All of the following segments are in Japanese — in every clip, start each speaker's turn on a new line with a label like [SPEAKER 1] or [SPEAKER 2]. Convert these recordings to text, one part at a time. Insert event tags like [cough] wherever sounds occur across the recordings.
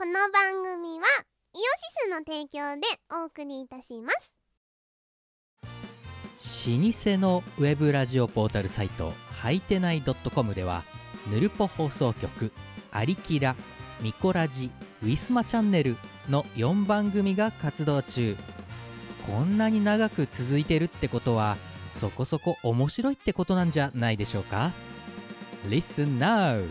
[SPEAKER 1] の番組はイオシスの提供でお送りいたします
[SPEAKER 2] 老舗のウェブラジオポータルサイトはいてない .com ではぬるぽ放送局「アリキラ」「ミコラジ」「ウィスマチャンネル」の4番組が活動中こんなに長く続いてるってことはそこそこ面白いってことなんじゃないでしょうか Listen now!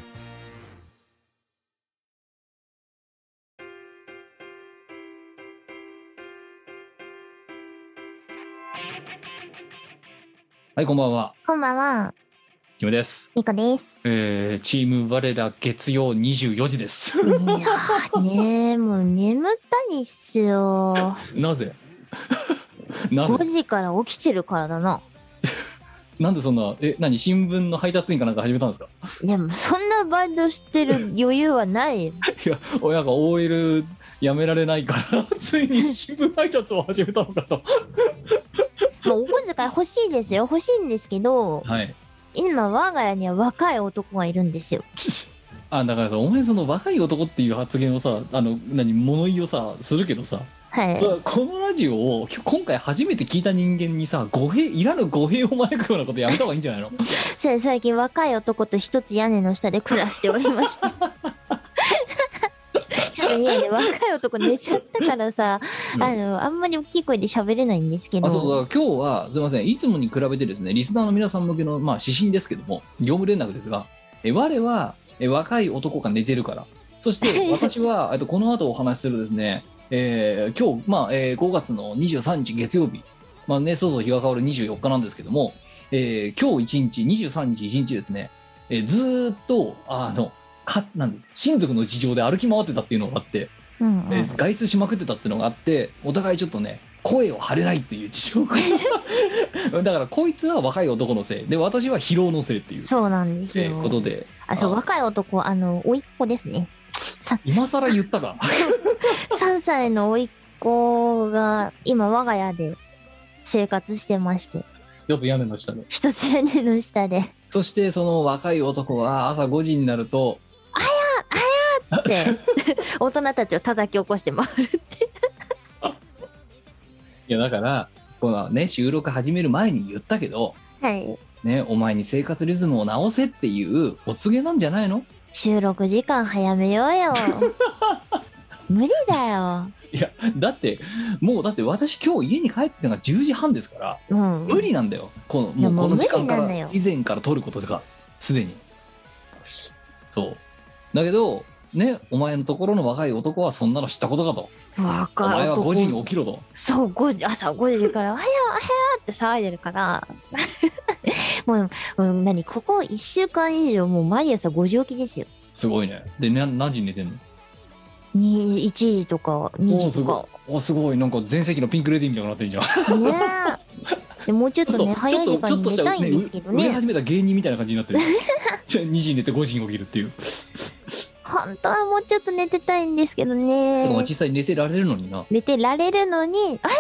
[SPEAKER 3] はい、こんばんは。
[SPEAKER 1] こんばんは
[SPEAKER 3] キムです。
[SPEAKER 1] みこです
[SPEAKER 3] えー、チーム我ら月曜24時です。
[SPEAKER 1] [laughs]
[SPEAKER 3] [laughs]
[SPEAKER 1] いやーねーもう眠ったりっすよ
[SPEAKER 3] なぜ [laughs] なぜ
[SPEAKER 1] 5時から起きてるからだな
[SPEAKER 3] なんでそんな、え、何新聞の配達員かなんか始めたんですか
[SPEAKER 1] でもそんなバイトしてる余裕はないよ
[SPEAKER 3] いや、親が OL やめられないから、 [laughs] ついに新聞配達を始めたのかと。
[SPEAKER 1] もうお小遣い欲しいですよ欲しいんですけど
[SPEAKER 3] はい。
[SPEAKER 1] 今我が家には若い男がいるんですよ
[SPEAKER 3] あ、だからさ、お前その若い男っていう発言をさ、あの、何、物言いをさ、するけどさ、
[SPEAKER 1] はい
[SPEAKER 3] それはこのラジオをきょ今回初めて聞いた人間にさ、語弊、いらぬ語弊を招くようなことやめた方がいいんじゃないの
[SPEAKER 1] さ最近若い男と一つ屋根の下で暮らしておりま
[SPEAKER 3] [laughs]
[SPEAKER 1] したちょっと家で若い男寝ちゃったからさ、
[SPEAKER 3] うん
[SPEAKER 1] あのあんまり大きい声で喋れないんですけど
[SPEAKER 3] あそうだ今日はすみませんいつもに比べてですねリスナーの皆さん向けの、まあ、指針ですけども業務連絡ですがえ我はえ若い男が寝てるからそして
[SPEAKER 1] [laughs]
[SPEAKER 3] 私はえっとこの後お話しするですね、えー今日、まあえー5月の23日月曜日、まあね、そうそう日が変わる24日なんですけども、えー今日1日23日1日ですね、えーずーっとあのかなんだ親族の事情で歩き回ってたっていうのがあって
[SPEAKER 1] うんうん
[SPEAKER 3] えー外出しまくってたってのがあってお互いちょっとね声を張れないっていう事情
[SPEAKER 1] [laughs]
[SPEAKER 3] がだからこいつは若い男のせいで私は疲労のせいっていう、
[SPEAKER 1] そうなんです
[SPEAKER 3] えー
[SPEAKER 1] よ
[SPEAKER 3] ことで
[SPEAKER 1] あそう
[SPEAKER 3] あ
[SPEAKER 1] 若い男あの甥っ子ですねさ
[SPEAKER 3] 今更言っ
[SPEAKER 1] [laughs]
[SPEAKER 3] たか
[SPEAKER 1] 3歳の甥っ子が今我が家で生活してまして
[SPEAKER 3] ちょっと屋根の下で
[SPEAKER 1] 一つ屋根の下で
[SPEAKER 3] そしてその若い男は朝5時になると
[SPEAKER 1] つって
[SPEAKER 3] [laughs]
[SPEAKER 1] 大人たちを叩き起こして回るって
[SPEAKER 3] いやだからこのね収録始める前に言ったけど
[SPEAKER 1] はい
[SPEAKER 3] ねお前に生活リズムを直せっていうお告げなんじゃないの
[SPEAKER 1] 収録時間早めよう
[SPEAKER 3] [laughs]
[SPEAKER 1] よ無理だよ
[SPEAKER 3] いやだってもうだって私今日家に帰ってたのが10時半ですから
[SPEAKER 1] うん
[SPEAKER 3] 無理なんだよこの
[SPEAKER 1] いや
[SPEAKER 3] もう
[SPEAKER 1] も
[SPEAKER 3] こ
[SPEAKER 1] う
[SPEAKER 3] の時
[SPEAKER 1] 無
[SPEAKER 3] 間か
[SPEAKER 1] 理なの
[SPEAKER 3] ら
[SPEAKER 1] よ
[SPEAKER 3] 以前から取ることとかすでにそうだけどねお前のところの若い男はそんなの知ったことかとお
[SPEAKER 1] 若い
[SPEAKER 3] 前は
[SPEAKER 1] 男
[SPEAKER 3] 5時に起きろと
[SPEAKER 1] そう5時朝5時から「おはようおはよう」って騒いでるから [laughs] もうもう何ここ1週間以上もう毎朝5時起きですよ
[SPEAKER 3] すごいねでな何時に寝てんの
[SPEAKER 1] に1時とか2時とか
[SPEAKER 3] おすごいなんか全盛期のピンクレディーみたいになってん
[SPEAKER 1] [laughs]
[SPEAKER 3] じゃん
[SPEAKER 1] ねえでもうちょっとね
[SPEAKER 3] ちょっ
[SPEAKER 1] 早い時間に寝たいんですけど
[SPEAKER 3] 売れ
[SPEAKER 1] ね
[SPEAKER 3] 始めた芸人みたいな感じになってる [laughs] じゃあ2時に寝て5時に起きるっていう
[SPEAKER 1] 本当はもうちょっと寝てたいんですけど
[SPEAKER 3] でも
[SPEAKER 1] ね
[SPEAKER 3] 実際寝てられるのにな
[SPEAKER 1] 寝てられるのに「おはようおはよ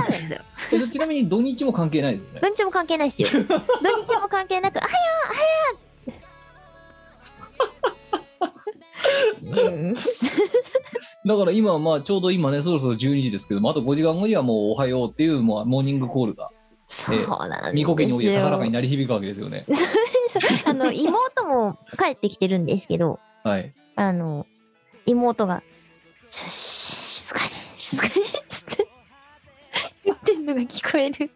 [SPEAKER 1] う」なんですよ
[SPEAKER 3] えちなみに土日も関係ないですよね
[SPEAKER 1] どっちも関係ないっす
[SPEAKER 3] [laughs]
[SPEAKER 1] よ。どっちも関係なく、あはよう、あはよ
[SPEAKER 3] [laughs]
[SPEAKER 1] う。うん
[SPEAKER 3] だから今、まあ、ちょうど今ね、そろそろ12時ですけども、あと5時間後にはもうおはようっていう、まあ、モーニングコールが、
[SPEAKER 1] そうなんです
[SPEAKER 3] み
[SPEAKER 1] よ。
[SPEAKER 3] こ家において高らかに鳴り響くわけですよね。
[SPEAKER 1] [laughs] あの妹も帰ってきてるんですけど、
[SPEAKER 3] はい。
[SPEAKER 1] あの妹がし静かに静かにっつって言ってんのが聞こえる。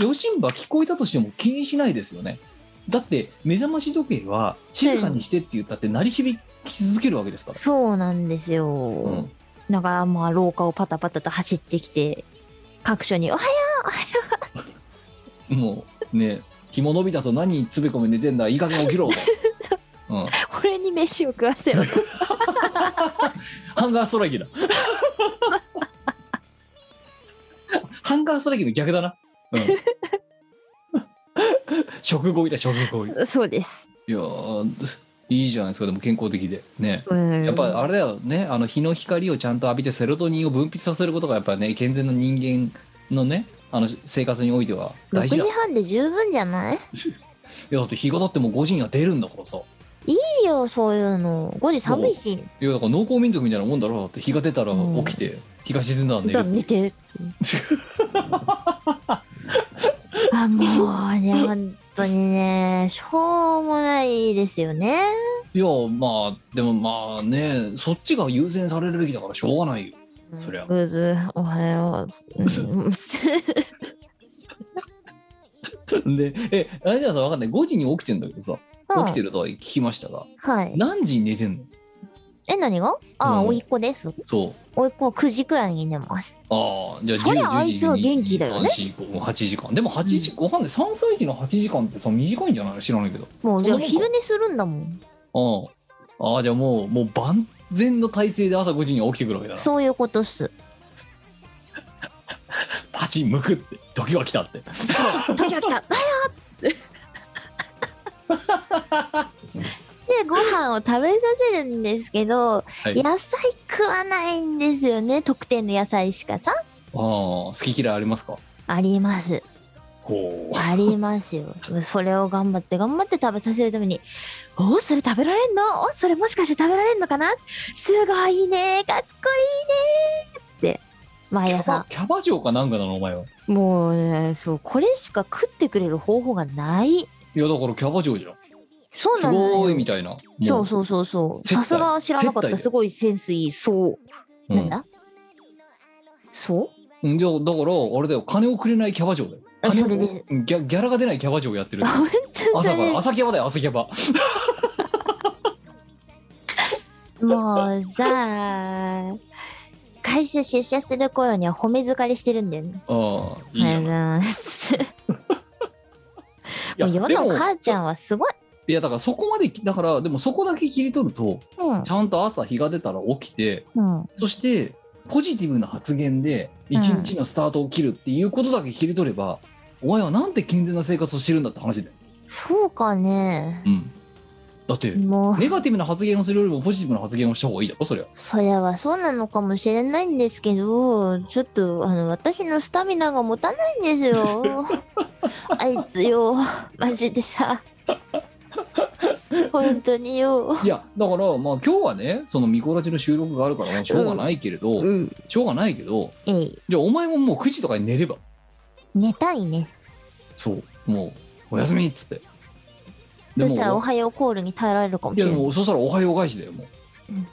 [SPEAKER 3] 余震波聞こえたとしても気にしないですよね。だって、目覚まし時計は、静かにしてって言ったって鳴り響き続けるわけですから。
[SPEAKER 1] そうなんですよ。
[SPEAKER 3] うん。
[SPEAKER 1] だからまあ廊下をパタパタと走ってきて各所におはよ
[SPEAKER 3] もう、ね、紐伸びだと何つべこめ寝てんだ、いい加減起き
[SPEAKER 1] [laughs]
[SPEAKER 3] ろと。うん。
[SPEAKER 1] う俺に飯を食わせろ。
[SPEAKER 3] [laughs] ハンガーストライキだ。ハンガーストライキの逆だな。うん。 [laughs] 食合意だ、食合意。
[SPEAKER 1] そうです。
[SPEAKER 3] いやーいいじゃないですかでも健康的でね
[SPEAKER 1] うん
[SPEAKER 3] やっぱあれだよねあの日の光をちゃんと浴びてセロトニンを分泌させることがやっぱね健全な人間のねあの生活においては大事だ
[SPEAKER 1] 6時半で十分じゃない
[SPEAKER 3] いやだって日が経ってもう5時には出るんだからさ
[SPEAKER 1] いいよ、そういうの。5時寒いし。
[SPEAKER 3] いやだから農耕民族みたいなもんだろだって日が出たら起きて、日が沈んだら寝
[SPEAKER 1] だから
[SPEAKER 3] る
[SPEAKER 1] 見て。
[SPEAKER 3] [laughs]
[SPEAKER 1] あ、もうね、本当にね、しょうもないですよね。
[SPEAKER 3] いやまあでもまあねそっちが優先されるべきだからしょうがないよそりゃ
[SPEAKER 1] グーズ、おはよう。うん
[SPEAKER 3] [laughs] でえあれじゃあさ分かんない5時に起きてんだけどさ起きて
[SPEAKER 1] る。
[SPEAKER 3] るとは聞きましたが
[SPEAKER 1] はい。
[SPEAKER 3] 何時に寝てんの
[SPEAKER 1] え、何があ、
[SPEAKER 3] うん
[SPEAKER 1] おいっ子です。
[SPEAKER 3] そう
[SPEAKER 1] おいっ子は9時くらいに寝ます。
[SPEAKER 3] ああじゃあ
[SPEAKER 1] そりゃ
[SPEAKER 3] 10 11
[SPEAKER 1] あいつは元気だよね
[SPEAKER 3] 12 13 14 8時間でも8時わかんない3歳児の8時間ってさ短いんじゃないの知らないけど
[SPEAKER 1] もう、
[SPEAKER 3] そ
[SPEAKER 1] で
[SPEAKER 3] んな
[SPEAKER 1] も
[SPEAKER 3] もんか
[SPEAKER 1] 昼寝するんだもん。
[SPEAKER 3] うんああじゃあもうもう万全の体制で朝5時には起きてくるわけだな
[SPEAKER 1] そういうことっす。
[SPEAKER 3] パチンむくって時は来たって [laughs]
[SPEAKER 1] そう、時が来た。早っ [laughs] で、ご飯を食べさせるんですけど、
[SPEAKER 3] い
[SPEAKER 1] 野菜食わないんですよね。特定の野菜しかさ。
[SPEAKER 3] ああ好き嫌いありますか
[SPEAKER 1] あります。
[SPEAKER 3] ほう
[SPEAKER 1] ありますよ。それを頑張って頑張って食べさせるために、おそれ食べられんのおそれもしかして食べられんのかなすごいねかっこいいねつって、毎
[SPEAKER 3] キャ
[SPEAKER 1] 朝
[SPEAKER 3] バ。キャバ嬢かなんかなのお前は
[SPEAKER 1] もうね、そう、これしか食ってくれる方法がない。
[SPEAKER 3] いやだからキャバ嬢じゃん
[SPEAKER 1] そう
[SPEAKER 3] す
[SPEAKER 1] なのよ
[SPEAKER 3] ごいみたいなも
[SPEAKER 1] そうそうそうそう。
[SPEAKER 3] 接待
[SPEAKER 1] さすが知らなかっ
[SPEAKER 3] 接待だよ
[SPEAKER 1] た。すごいセンスいい。そうう。なんだそう
[SPEAKER 3] うんじゃあだからあれだよ金をくれないキャバ嬢だよ
[SPEAKER 1] あ
[SPEAKER 3] 金を
[SPEAKER 1] それで
[SPEAKER 3] うんギャギャラが出ないキャバ嬢をやって
[SPEAKER 1] [laughs]
[SPEAKER 3] る
[SPEAKER 1] 本当
[SPEAKER 3] 朝
[SPEAKER 1] そ
[SPEAKER 3] から
[SPEAKER 1] れ
[SPEAKER 3] 朝キャバだよ朝キャバ
[SPEAKER 1] もうさ会社出社する頃には褒め疲れしてるんだよね。
[SPEAKER 3] ああいい
[SPEAKER 1] おはようご
[SPEAKER 3] じゃ
[SPEAKER 1] ざいます。
[SPEAKER 3] ない
[SPEAKER 1] [laughs] もう世
[SPEAKER 3] いやでも
[SPEAKER 1] の母ちゃんはすごい。
[SPEAKER 3] いやだからそこまできだからでもそこだけ切り取ると
[SPEAKER 1] うん
[SPEAKER 3] ち。ゃんと朝日が出たら起きて
[SPEAKER 1] うん。
[SPEAKER 3] そしてポジティブな発言で一日のスタートを切るっていうことだけ切り取れば、お前はなんて健全な生活をしてるんだって話だよ、
[SPEAKER 1] そうかね。
[SPEAKER 3] うん、だって
[SPEAKER 1] もう、
[SPEAKER 3] ネガティブな発言をするよりもポジティブな発言をした方がいいだろそりゃ
[SPEAKER 1] それはそうなのかもしれないんですけど、ちょっと、あの、私のスタミナが持たないんです
[SPEAKER 3] [laughs]
[SPEAKER 1] よ。あいつよ、マジでさ。本当によ。
[SPEAKER 3] いやだからまあ今日はねそのミコラジの収録があるからまあしょうがないけれど、
[SPEAKER 1] うん。
[SPEAKER 3] しょうがないけど
[SPEAKER 1] えい。
[SPEAKER 3] じゃあお前ももう9時とかに寝れば
[SPEAKER 1] 寝たいね。
[SPEAKER 3] そうもうおやすみっつって
[SPEAKER 1] そしたらお
[SPEAKER 3] も
[SPEAKER 1] はようコールに耐えられるかも
[SPEAKER 3] い
[SPEAKER 1] し
[SPEAKER 3] や
[SPEAKER 1] れ
[SPEAKER 3] で
[SPEAKER 1] ない。
[SPEAKER 3] もそしたらおはよう返しだよもう
[SPEAKER 1] うん
[SPEAKER 3] うん、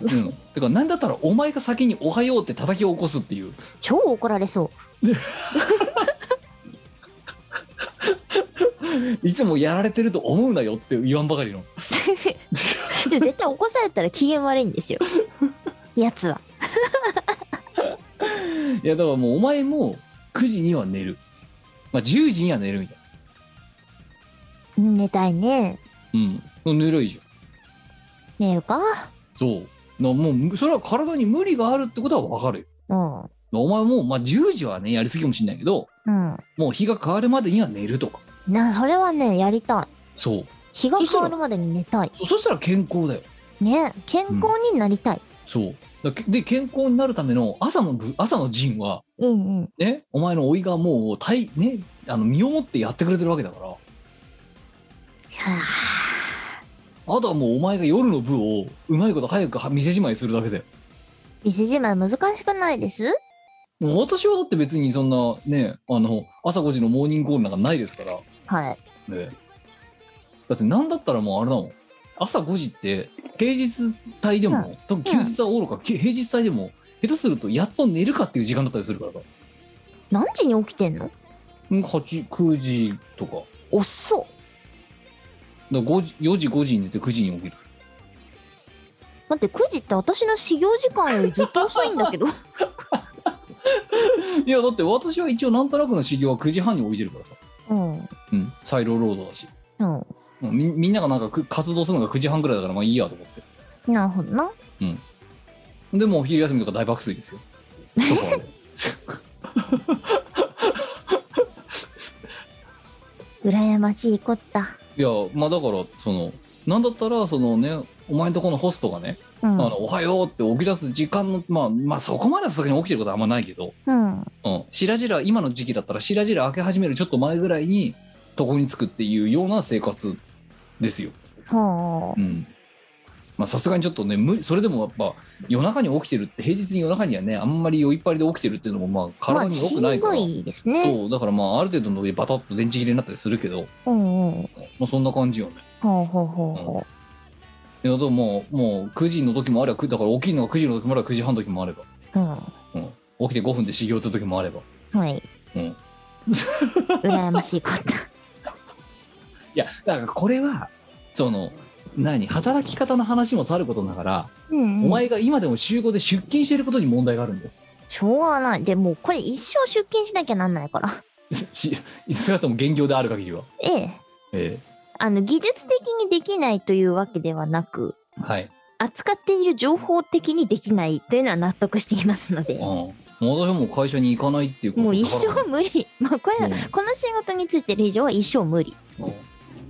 [SPEAKER 3] うん、てか何だったらお前が先に「おはよう」って叩き起こすっていう
[SPEAKER 1] 超怒られ
[SPEAKER 3] [laughs]
[SPEAKER 1] そう。
[SPEAKER 3] いつもやられてると思うなよって言わんばかりの
[SPEAKER 1] でも絶対起こされたら機嫌悪いんですよ。やつは。
[SPEAKER 3] いやだからもうお前も9時には寝る、まあ、10時には寝るみたい
[SPEAKER 1] 寝たいね。
[SPEAKER 3] なうん寝るいいじゃん
[SPEAKER 1] 寝るか
[SPEAKER 3] そうなもうそれは体に無理があるってことは分かるよ
[SPEAKER 1] うん。うん。
[SPEAKER 3] なお前も、まあ、10時はねやりすぎかもしれないけどもう日が変わるまでには寝るとか
[SPEAKER 1] な、それはね、やりたい。
[SPEAKER 3] そう
[SPEAKER 1] 日が変わるまでに寝たい。
[SPEAKER 3] そそしたら健康だよ
[SPEAKER 1] ね。健康になりたい。
[SPEAKER 3] そうだけで健康になるための朝の部朝の陣は
[SPEAKER 1] うんうん。
[SPEAKER 3] ねお前の老いがもう体ねあの身をもってやってくれてるわけだから
[SPEAKER 1] は
[SPEAKER 3] あとはもうお前が夜の部をうまいこと早くは店じまいするだけで
[SPEAKER 1] あ店じまい難しくないです
[SPEAKER 3] もう私はだって別にそんなねあの朝5時のモーニングコールなんかないですから、
[SPEAKER 1] はい。
[SPEAKER 3] ね、だって何だったらもうあれだもん朝5時って平日帯でも、多分休日はおろか、き平日帯でも下手するとやっと寝るかっていう時間だったりするからさ
[SPEAKER 1] 何時に起きてんの
[SPEAKER 3] うん8 9時とかだか
[SPEAKER 1] 遅っ
[SPEAKER 3] ら5時4時5時に寝て9時に起きる
[SPEAKER 1] 待って、9時って私の始業時間よりずっと遅いんだけ [laughs] ど。
[SPEAKER 3] いやだって私は一応なんとなくの修行は9時半に起きてるからさ、
[SPEAKER 1] うん。うん。
[SPEAKER 3] うん、裁量労働だしうんみみんながなんかく活動するのが9時半ぐらいだからまあいいやと思って
[SPEAKER 1] なるほどな。
[SPEAKER 3] でもうお昼休みとか大爆睡ですよそこはね
[SPEAKER 1] 羨ましいこった。
[SPEAKER 3] いやまあだからそのなんだったらそのねお前んとこのホストがね、
[SPEAKER 1] う
[SPEAKER 3] あ
[SPEAKER 1] ん。
[SPEAKER 3] のおはようって起き出す時間のまあまあそこまではさすがに起きてることはあんまないけど、
[SPEAKER 1] うん。
[SPEAKER 3] うん、しらじら今の時期だったらしらじら開け始めるちょっと前ぐらいに床につくっていうような生活ですよ。
[SPEAKER 1] ほう
[SPEAKER 3] うんまあさすがにちょっとね無それでもやっぱ夜中に起きてるって平日に夜中にはねあんまり酔いっぱいで起きてるっていうのもまあ
[SPEAKER 1] ま
[SPEAKER 3] 体
[SPEAKER 1] あ
[SPEAKER 3] に良
[SPEAKER 1] し
[SPEAKER 3] く
[SPEAKER 1] ん
[SPEAKER 3] ないか
[SPEAKER 1] ど
[SPEAKER 3] ら、
[SPEAKER 1] いですね
[SPEAKER 3] そうだからまあある程度の上バタッと電池切れになったりするけど、
[SPEAKER 1] うんうん
[SPEAKER 3] まあ、そんな感じよね。
[SPEAKER 1] ほうほうほうほ
[SPEAKER 3] いやだともうもう9時の時もあればくだから起きるのが9時の時もあれば9時半の時もあれば、
[SPEAKER 1] ううん
[SPEAKER 3] うん、起きて5分で修行って時もあれば、
[SPEAKER 1] はい
[SPEAKER 3] うん、
[SPEAKER 1] [laughs]
[SPEAKER 3] い
[SPEAKER 1] 羨ましいこと
[SPEAKER 3] やだからこれはその何働き方の話もさることながら、
[SPEAKER 1] うん、うん、
[SPEAKER 3] お前が今でも週5で出勤してることに問題があるんだよ。 [laughs]
[SPEAKER 1] しょうがないでもうこれ一生出勤しなきゃなんないから
[SPEAKER 3] し少なくとも現業である限りは。
[SPEAKER 1] ええ
[SPEAKER 3] え
[SPEAKER 1] あの技術的にできないというわけではなく
[SPEAKER 3] えはい。
[SPEAKER 1] 扱っている情報的にできないというのは納得していますの
[SPEAKER 3] うん。
[SPEAKER 1] で
[SPEAKER 3] もう私はもう会社に行かないっていうこと
[SPEAKER 1] もう一
[SPEAKER 3] だ
[SPEAKER 1] 生
[SPEAKER 3] か
[SPEAKER 1] 無理まあこれは
[SPEAKER 3] うん
[SPEAKER 1] この仕事についてる以上は一生無理
[SPEAKER 3] ら。うん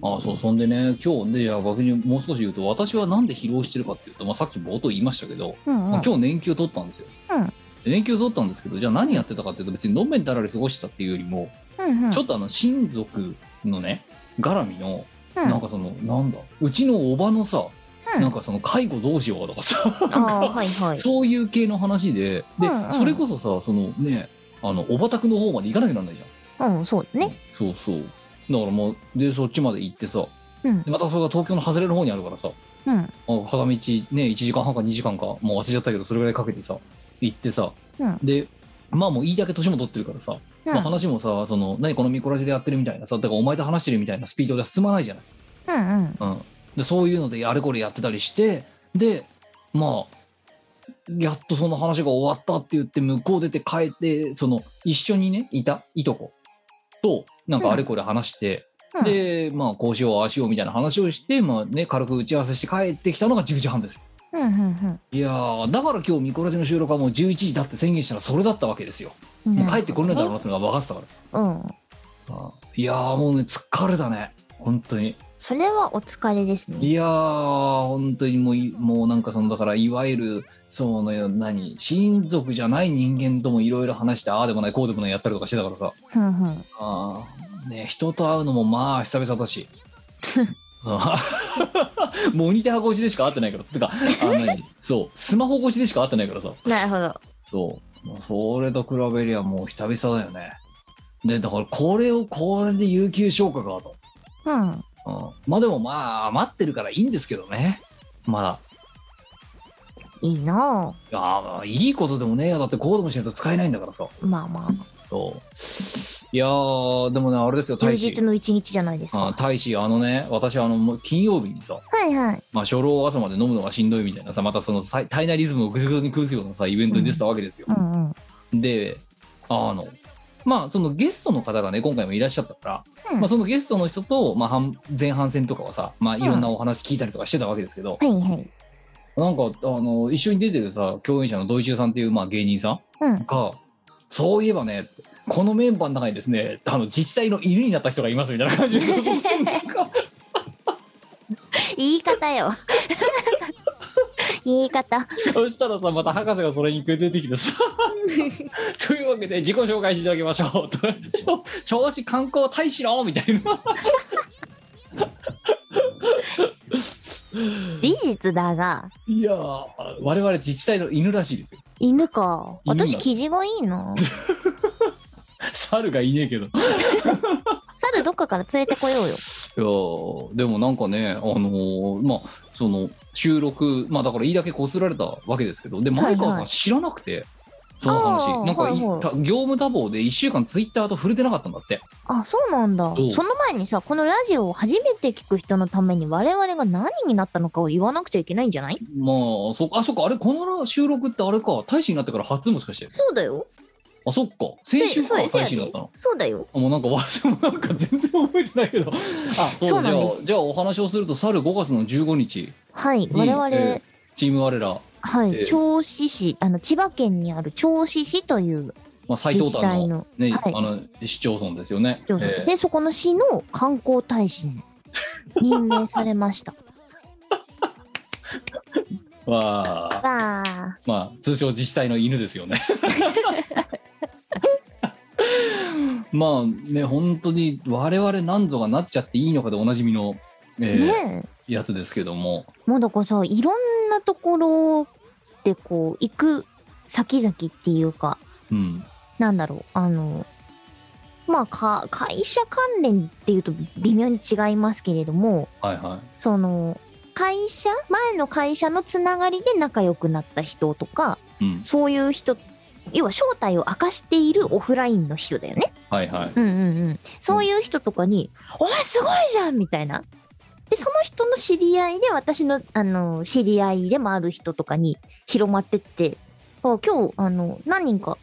[SPEAKER 3] ああそうそんでね今日ねじゃあ逆にもう少し言うと私はなんで疲労してるかっていうと、まあ、さっき冒頭言いましたけど、
[SPEAKER 1] うんう
[SPEAKER 3] ま
[SPEAKER 1] ん
[SPEAKER 3] あ今日年休取ったんですよ、
[SPEAKER 1] うん
[SPEAKER 3] で年休取ったんですけどじゃあ何やってたかっていうと別にのんべんたられ過ごしてたっていうよりも、
[SPEAKER 1] うんうん
[SPEAKER 3] ちょっとあの親族のね絡み
[SPEAKER 1] う
[SPEAKER 3] の、
[SPEAKER 1] ん
[SPEAKER 3] なんかそのなんだうちのおばのさ、
[SPEAKER 1] うん
[SPEAKER 3] なんかその介護どうしようかとかさ
[SPEAKER 1] ああはいはい
[SPEAKER 3] そういう系の話で、で、
[SPEAKER 1] うんうん
[SPEAKER 3] それこそさ、そのね、あの、おばたくの方まで行かなきゃなんないじゃ
[SPEAKER 1] うんそうだ
[SPEAKER 3] ん。
[SPEAKER 1] ね。
[SPEAKER 3] そうそう。だからもう、で、そっちまで行ってさ、
[SPEAKER 1] うん
[SPEAKER 3] でまたそれが東京の外れの方にあるからさ、
[SPEAKER 1] うん
[SPEAKER 3] あ片道ね、1時間半か2時間か、もう忘れちゃったけど、それぐらいかけてさ、行ってさ、
[SPEAKER 1] うん
[SPEAKER 3] で、まあもういいだけ年も取ってるからさ、
[SPEAKER 1] う
[SPEAKER 3] まあ
[SPEAKER 1] ん
[SPEAKER 3] 話もさ、その、何このミコラジでやってるみたいなさ、だからお前と話してるみたいなスピードでは進まないじゃない。
[SPEAKER 1] うんうん
[SPEAKER 3] うん、でそういうのであれこれやってたりしてでまあやっとその話が終わったって言って向こう出て帰ってその一緒にねいたいとことなんかあれこれ話して、
[SPEAKER 1] うん
[SPEAKER 3] でまあこうしようああしようみたいな話をして、まあね、軽く打ち合わせして帰ってきたのが10時半ですよ
[SPEAKER 1] うんうん
[SPEAKER 3] いやーだから今日ミコラジの収録はもう11時だって宣言したらそれだったわけですよ、
[SPEAKER 1] うん
[SPEAKER 3] もう帰ってこれないだろうなってのが分かってたか
[SPEAKER 1] うん
[SPEAKER 3] ら、あーいやーもうね疲れたね本当に
[SPEAKER 1] それはお疲れですね
[SPEAKER 3] いやー、本当にもうい、もうなんかその、だから、いわゆる、その、何、親族じゃない人間ともいろいろ話して、ああでもない、こうでもない、やったりとかしてたからさ、
[SPEAKER 1] うんうん
[SPEAKER 3] [laughs] あーね、人と会うのもまあ、久々
[SPEAKER 1] [laughs]
[SPEAKER 3] だし、 [laughs] あーモニター越しでしか会ってないから、てか、あの何そう、スマホ越しでしか会ってないからさ、
[SPEAKER 1] なるほど
[SPEAKER 3] そう、まあそれと比べりゃもう久々だよね。で、だから、これを、これで有給消化かと。
[SPEAKER 1] うん
[SPEAKER 3] うん、まあでもまあ待ってるからいいんですけどねまだ
[SPEAKER 1] いいない
[SPEAKER 3] やーまあいいことでもねえよだってこうでもしないと使えないんだからさ
[SPEAKER 1] まあまあ
[SPEAKER 3] そういやーでもねあれですよ
[SPEAKER 1] 休
[SPEAKER 3] 大
[SPEAKER 1] 日
[SPEAKER 3] 使
[SPEAKER 1] の一日じゃないです
[SPEAKER 3] あ
[SPEAKER 1] か
[SPEAKER 3] 大使あのね私あのもう金曜日にさ、
[SPEAKER 1] はいはい
[SPEAKER 3] まあ、初老朝まで飲むのがしんどいみたいなさまたその体体内リズムをぐずぐずに崩すようなさイベントに出てたわけですよ
[SPEAKER 1] う、んうん
[SPEAKER 3] であのまあそのゲストの方がね今回もいらっしゃったから、
[SPEAKER 1] うん
[SPEAKER 3] まあ、そのゲストの人と、まあ半、前半戦とかはさ、まあ、いろんなお話聞いたりとかしてたわけですけど、
[SPEAKER 1] はいはい
[SPEAKER 3] なんかあの一緒に出てるさ共演者のドイチューさんっていう、まあ、芸人さ
[SPEAKER 1] うん
[SPEAKER 3] んがそういえばねこのメンバーの中にですねあの自治体の犬になった人がいますみたいな感じでなんか
[SPEAKER 1] 言い方よ言い方
[SPEAKER 3] そしたらさまた博士がそれに出てきてさ [laughs] というわけで自己紹介していただきましょうと調調子観光大使のみたいな
[SPEAKER 1] 事実だが
[SPEAKER 3] いやー我々自治体の犬らしいですよ [laughs]
[SPEAKER 1] 犬か
[SPEAKER 3] 犬だ
[SPEAKER 1] 私生地がいいな
[SPEAKER 3] 猿がいねえけど
[SPEAKER 1] 猿どっかから連れてこようよ
[SPEAKER 3] いやーでもなんかね、あのーまあその収録まあだからいいだけこすられたわけですけどで
[SPEAKER 1] はい
[SPEAKER 3] 前川さん知らなくて、その
[SPEAKER 1] あー
[SPEAKER 3] 話なんかい、
[SPEAKER 1] はいはい
[SPEAKER 3] た業務多忙で1週間ツイッターと触れてなかったんだって
[SPEAKER 1] あそうなんだ
[SPEAKER 3] そう
[SPEAKER 1] その前にさこのラジオを初めて聞く人のために我々が何になったのかを言わなくちゃいけないんじゃない
[SPEAKER 3] まあそっかあそっかあれこの収録ってあれか大使になってから初もしかして
[SPEAKER 1] そうだよ
[SPEAKER 3] あそっか
[SPEAKER 1] せ
[SPEAKER 3] 先週か
[SPEAKER 1] そう
[SPEAKER 3] 大
[SPEAKER 1] や
[SPEAKER 3] 使
[SPEAKER 1] せ
[SPEAKER 3] にな
[SPEAKER 1] や
[SPEAKER 3] っ
[SPEAKER 1] で
[SPEAKER 3] たの
[SPEAKER 1] そうだよ
[SPEAKER 3] あもうなんか私もなんか全然覚えてないけどあそう
[SPEAKER 1] そう
[SPEAKER 3] じ
[SPEAKER 1] な
[SPEAKER 3] ゃ
[SPEAKER 1] ん
[SPEAKER 3] あ
[SPEAKER 1] です
[SPEAKER 3] じゃあお話をすると去る5月の15日
[SPEAKER 1] はい
[SPEAKER 3] に
[SPEAKER 1] 我々、
[SPEAKER 3] えチーム我ら、
[SPEAKER 1] はい、
[SPEAKER 3] えー
[SPEAKER 1] 銚子市あの千葉県にある銚子市という
[SPEAKER 3] まあ、斉
[SPEAKER 1] 自
[SPEAKER 3] 藤
[SPEAKER 1] 治
[SPEAKER 3] さん
[SPEAKER 1] 体
[SPEAKER 3] の,、
[SPEAKER 1] の
[SPEAKER 3] ね
[SPEAKER 1] はい
[SPEAKER 3] あの市町村ですよね。
[SPEAKER 1] 市町村
[SPEAKER 3] え
[SPEAKER 1] で
[SPEAKER 3] え
[SPEAKER 1] すね、そこの市の観光大使に任命されました
[SPEAKER 3] わあ
[SPEAKER 1] わあ
[SPEAKER 3] まあ通称自治体の犬です
[SPEAKER 1] [laughs]
[SPEAKER 3] よねまあね本当に我々何ぞがなっちゃっていいのかでおなじみのえー
[SPEAKER 1] ねえ
[SPEAKER 3] やつですけども、
[SPEAKER 1] もうだからさいろんなところでこう行く先々っていうか
[SPEAKER 3] うん、
[SPEAKER 1] なんだろうあのまあか会社関連っていうと微妙に違いますけれども
[SPEAKER 3] はいは
[SPEAKER 1] その会社前の会社のつながりで仲良くなった人とか
[SPEAKER 3] い、うん、
[SPEAKER 1] そういう人要は正体を明かしているオフラインの人だよね。
[SPEAKER 3] はいはい、
[SPEAKER 1] うんうんうん、そういう人とかに「お前すごいじゃん!」みたいな。でその人の知り合いで私のあの知り合いでもある人とかに広まってってあ今日あの何人か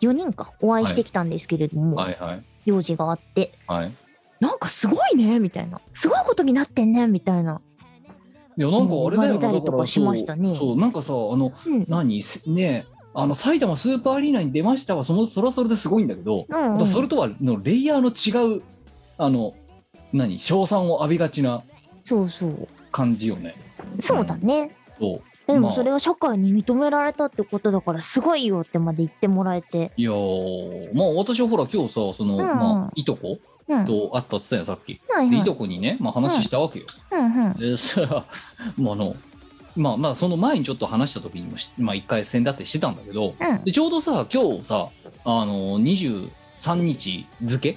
[SPEAKER 1] 4人かお会いしてきたんですけれども、
[SPEAKER 3] はいはい、
[SPEAKER 1] 用事があって
[SPEAKER 3] はい。
[SPEAKER 1] なんかすごいねみたいなすごいことになってんねみたいな。
[SPEAKER 3] いや、なんかあれだ
[SPEAKER 1] うん生まれ
[SPEAKER 3] よな、
[SPEAKER 1] たりとか
[SPEAKER 3] だら
[SPEAKER 1] しましたね
[SPEAKER 3] そうそう、なんかさ、あの、
[SPEAKER 1] うん
[SPEAKER 3] 何、すねえ、あの、埼玉スーパーアリーナに出ましたは、その、それはそれですごいんだけど、
[SPEAKER 1] うんうん
[SPEAKER 3] またそれとはのレイヤーの違う、あの、何、賞賛を浴びがちな
[SPEAKER 1] そうそう
[SPEAKER 3] 感じよね。
[SPEAKER 1] そうだね。
[SPEAKER 3] そう。
[SPEAKER 1] で
[SPEAKER 3] ま
[SPEAKER 1] も
[SPEAKER 3] あ
[SPEAKER 1] それは社会に認められたってことだからすごいよってまで言ってもらえて、
[SPEAKER 3] いやー、まあ私はほら、今日さ、その、
[SPEAKER 1] んうん
[SPEAKER 3] まあ、いとこ
[SPEAKER 1] うん、はい
[SPEAKER 3] と会ったっつったよ、さっき。
[SPEAKER 1] はい
[SPEAKER 3] で、いとこにね、まあ話したわけよ。
[SPEAKER 1] うんうん
[SPEAKER 3] でそしたら、 [laughs] まああの、まあまあ、その前にちょっと話した時にもし、まあ一回線だってしてたんだけど、
[SPEAKER 1] うん
[SPEAKER 3] でちょうどさ今日さあの23日付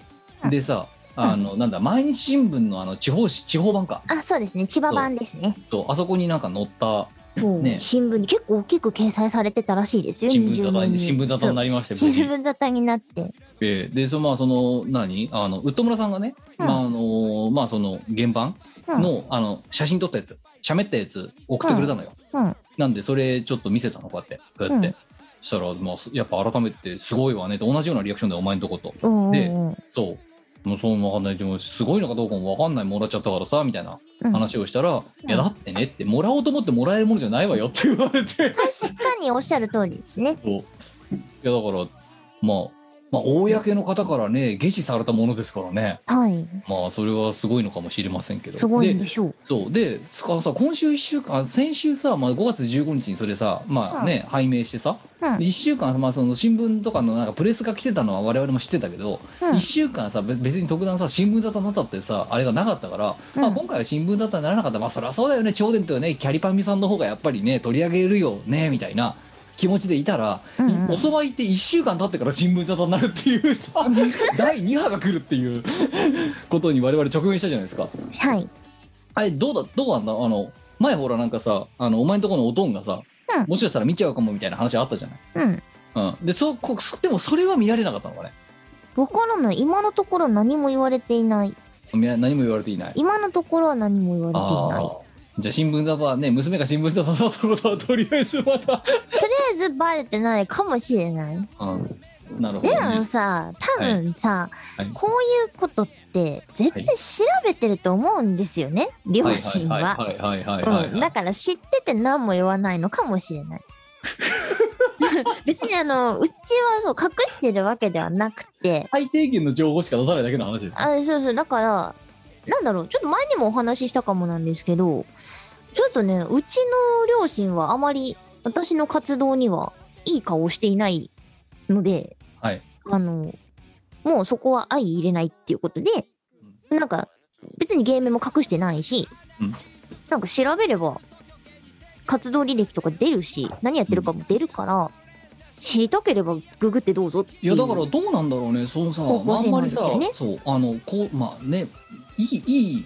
[SPEAKER 3] でさ、
[SPEAKER 1] ん
[SPEAKER 3] あのなんだ毎日新聞のあの地方紙地方版か
[SPEAKER 1] あそうですね千葉版ですね
[SPEAKER 3] とあそこになんか載った
[SPEAKER 1] そう、
[SPEAKER 3] ね
[SPEAKER 1] 新聞に結構大きく掲載されてたらしいですよ
[SPEAKER 3] 新聞
[SPEAKER 1] 20
[SPEAKER 3] 沙汰
[SPEAKER 1] 年
[SPEAKER 3] に
[SPEAKER 1] に
[SPEAKER 3] 新聞沙汰になりまして
[SPEAKER 1] そう
[SPEAKER 3] 無事
[SPEAKER 1] 新聞沙汰になって
[SPEAKER 3] えーでそのまあその何あのウッド村さんがね、
[SPEAKER 1] うん
[SPEAKER 3] まああのまあその原版の,、あの写真撮ったやつ喋ったやつ送ってくれたのよ、
[SPEAKER 1] うんうん
[SPEAKER 3] なんでそれちょっと見せたのこうやってこうやって、
[SPEAKER 1] うん
[SPEAKER 3] したら、まあ、やっぱ改めてすごいわねって同じようなリアクションでお前んとこと
[SPEAKER 1] うんうん
[SPEAKER 3] で
[SPEAKER 1] うん
[SPEAKER 3] そう。もうそうわかんない。でも、すごいのかどうかもわかんない。もらっちゃったからさ、みたいな
[SPEAKER 1] うん
[SPEAKER 3] 話をしたら、
[SPEAKER 1] ん
[SPEAKER 3] いや、だってねって、もらおうと思ってもらえるものじゃないわよって言われて。
[SPEAKER 1] 確かにおっしゃる通りですね
[SPEAKER 3] そう。いや、だから、まあ、まあ、公の方からね、下視されたものですからね。
[SPEAKER 1] はい
[SPEAKER 3] まあ、それはすごいのかもしれませんけど。
[SPEAKER 1] すごいん
[SPEAKER 3] で
[SPEAKER 1] でしょう
[SPEAKER 3] そう。で、すかさ、今週一週間、あ先週さ、まあ、5月15日にそれさ、まあね、拝命してさ、
[SPEAKER 1] うん
[SPEAKER 3] で1週間、まあ、その新聞とかのなんかプレスが来てたのは我々も知ってたけど、
[SPEAKER 1] うん
[SPEAKER 3] 1週間さべ別に特段さ新聞沙汰になったってさあれがなかったから、
[SPEAKER 1] うん
[SPEAKER 3] まあ、今回は新聞沙汰にならなかったまあそりゃそうだよね頂点とはねキャリパミさんの方がやっぱりね取り上げるよねみたいな気持ちでいたら、
[SPEAKER 1] うんうん
[SPEAKER 3] いおそば行って1週間経ってから新聞沙汰になるっていうさ第2波が来るっていうことに我々直面したじゃないですか。
[SPEAKER 1] はい
[SPEAKER 3] あれどうだどうなんだあの前ほらなんかさあのお前んとこのおとんがさ、
[SPEAKER 1] うん
[SPEAKER 3] もしかしたら見ちゃうかもみたいな話あったじゃない。
[SPEAKER 1] うん
[SPEAKER 3] うん、でそうこでもそれは見られなかったのかね
[SPEAKER 1] わからない今のところ何も言われていない
[SPEAKER 3] み何も言われていない。
[SPEAKER 1] 今のところは何も言われていない
[SPEAKER 3] あーじゃあ新聞沙汰はね娘が新聞沙汰だったことはとりあえずまた、
[SPEAKER 1] とりあえずバレてないかもしれない
[SPEAKER 3] うん、なるほど、
[SPEAKER 1] で
[SPEAKER 3] ね、
[SPEAKER 1] あのさ多分さ、
[SPEAKER 3] はい
[SPEAKER 1] こういうことって絶対調べてると思うんですよね、両親は。
[SPEAKER 3] はいはいはいはいはいはい
[SPEAKER 1] うん、
[SPEAKER 3] は
[SPEAKER 1] だ
[SPEAKER 3] い
[SPEAKER 1] から知ってて何も言わないのかもしれない。 [laughs] 別にあのうちはそう隠してるわけではなくて
[SPEAKER 3] 最低限の情報しか出さないだけの話です
[SPEAKER 1] あそうそうだからなんだろうちょっと前にもお話ししたかもなんですけどちょっとねうちの両親はあまり私の活動にはいい顔をしていないので
[SPEAKER 3] はい
[SPEAKER 1] あの、もうそこは相入れないっていうことで、なんか、別にゲームも隠してないし、
[SPEAKER 3] うん
[SPEAKER 1] なんか調べれば、活動履歴とか出るし、何やってるかも出るから、知りたければググってどうぞって
[SPEAKER 3] い
[SPEAKER 1] いう。
[SPEAKER 3] やだからどうなんだろうねそのさ、
[SPEAKER 1] 方
[SPEAKER 3] ま
[SPEAKER 1] 向
[SPEAKER 3] あ、あん
[SPEAKER 1] 性もあ
[SPEAKER 3] ま
[SPEAKER 1] る
[SPEAKER 3] り
[SPEAKER 1] んで
[SPEAKER 3] さ
[SPEAKER 1] すよね
[SPEAKER 3] そうあのこうまあねいいいい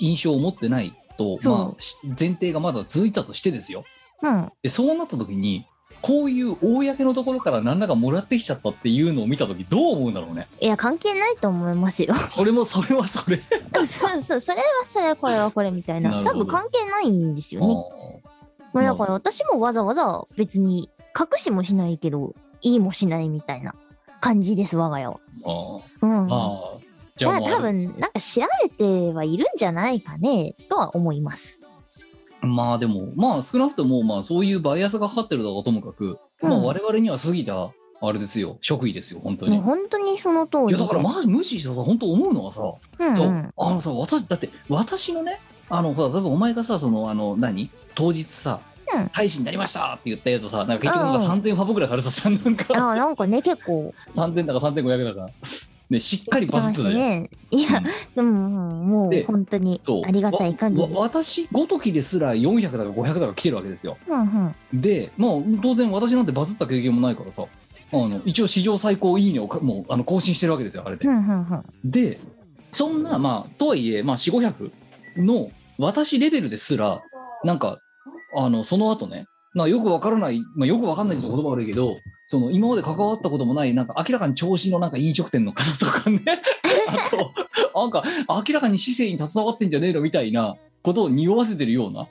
[SPEAKER 3] 印象を持ってないと、
[SPEAKER 1] そう
[SPEAKER 3] まあ、し前提がまだ続いたとしてですよ
[SPEAKER 1] うん。
[SPEAKER 3] でそうなった時にこういう公のところから何らかもらってきちゃったっていうのを見た時どう思うんだろうね
[SPEAKER 1] いや、関係ないと思います
[SPEAKER 3] [laughs]
[SPEAKER 1] よ。
[SPEAKER 3] それもそれはそれ
[SPEAKER 1] そうそう、それはそれ、これはこれみたい
[SPEAKER 3] な
[SPEAKER 1] な。
[SPEAKER 3] る
[SPEAKER 1] 多
[SPEAKER 3] ほど
[SPEAKER 1] 分関係ないんですよね。
[SPEAKER 3] あ
[SPEAKER 1] まあだから私もわざわざ別に隠しもしないけど、いいもしないみたいな感じです、我が家は。
[SPEAKER 3] ーあ
[SPEAKER 1] うん。
[SPEAKER 3] ーまあじゃ
[SPEAKER 1] ま
[SPEAKER 3] あ
[SPEAKER 1] あ
[SPEAKER 3] ま
[SPEAKER 1] 多
[SPEAKER 3] あ
[SPEAKER 1] 分なんか調べてはいるんじゃないかねとは思います。
[SPEAKER 3] まあでもまあ少なくともまあそういうバイアスがかかってるだろうともかく、まあ
[SPEAKER 1] うん
[SPEAKER 3] 我々には過ぎたあれですよ職位ですよ本当に、
[SPEAKER 1] もう本当にその通
[SPEAKER 3] い
[SPEAKER 1] り。
[SPEAKER 3] やだからまあ無視したさ本当思うのはさ、
[SPEAKER 1] うんうん、
[SPEAKER 3] そうあのさ私だって私のねあのほら例えばお前がさそのあの何当日さ、
[SPEAKER 1] うん
[SPEAKER 3] 大使になりましたって言ったやつさなんか結局
[SPEAKER 1] う
[SPEAKER 3] なん
[SPEAKER 1] ん
[SPEAKER 3] [laughs] か3点ファブぐらいされてたじゃんな
[SPEAKER 1] あ
[SPEAKER 3] んか
[SPEAKER 1] あなんかね結構
[SPEAKER 3] 3点だか3.500だかね、しっかりバズってたじゃん
[SPEAKER 1] ね。いや、でももう
[SPEAKER 3] で
[SPEAKER 1] 本当に
[SPEAKER 3] そう
[SPEAKER 1] ありがたい限り。
[SPEAKER 3] わわ私ごときですら400だか500だか来てるわけですよ
[SPEAKER 1] うんうん。
[SPEAKER 3] でまあ当然私なんてバズった経験もないからさあの一応史上最高いいねをかもうあの更新してるわけですよあれで
[SPEAKER 1] うんうんうん。
[SPEAKER 3] でそんなまあとはいえ、まあ、4500の私レベルですらなんかあのその後ねなんかよくわからない、まあ、よくわかんないって言葉悪いけどその今まで関わったこともないなんか明らかに調子のなんか飲食店の方とか
[SPEAKER 1] [laughs]
[SPEAKER 3] ねあとなんか明らかに市政に携わってんじゃねえのみたいなことを匂わせてるような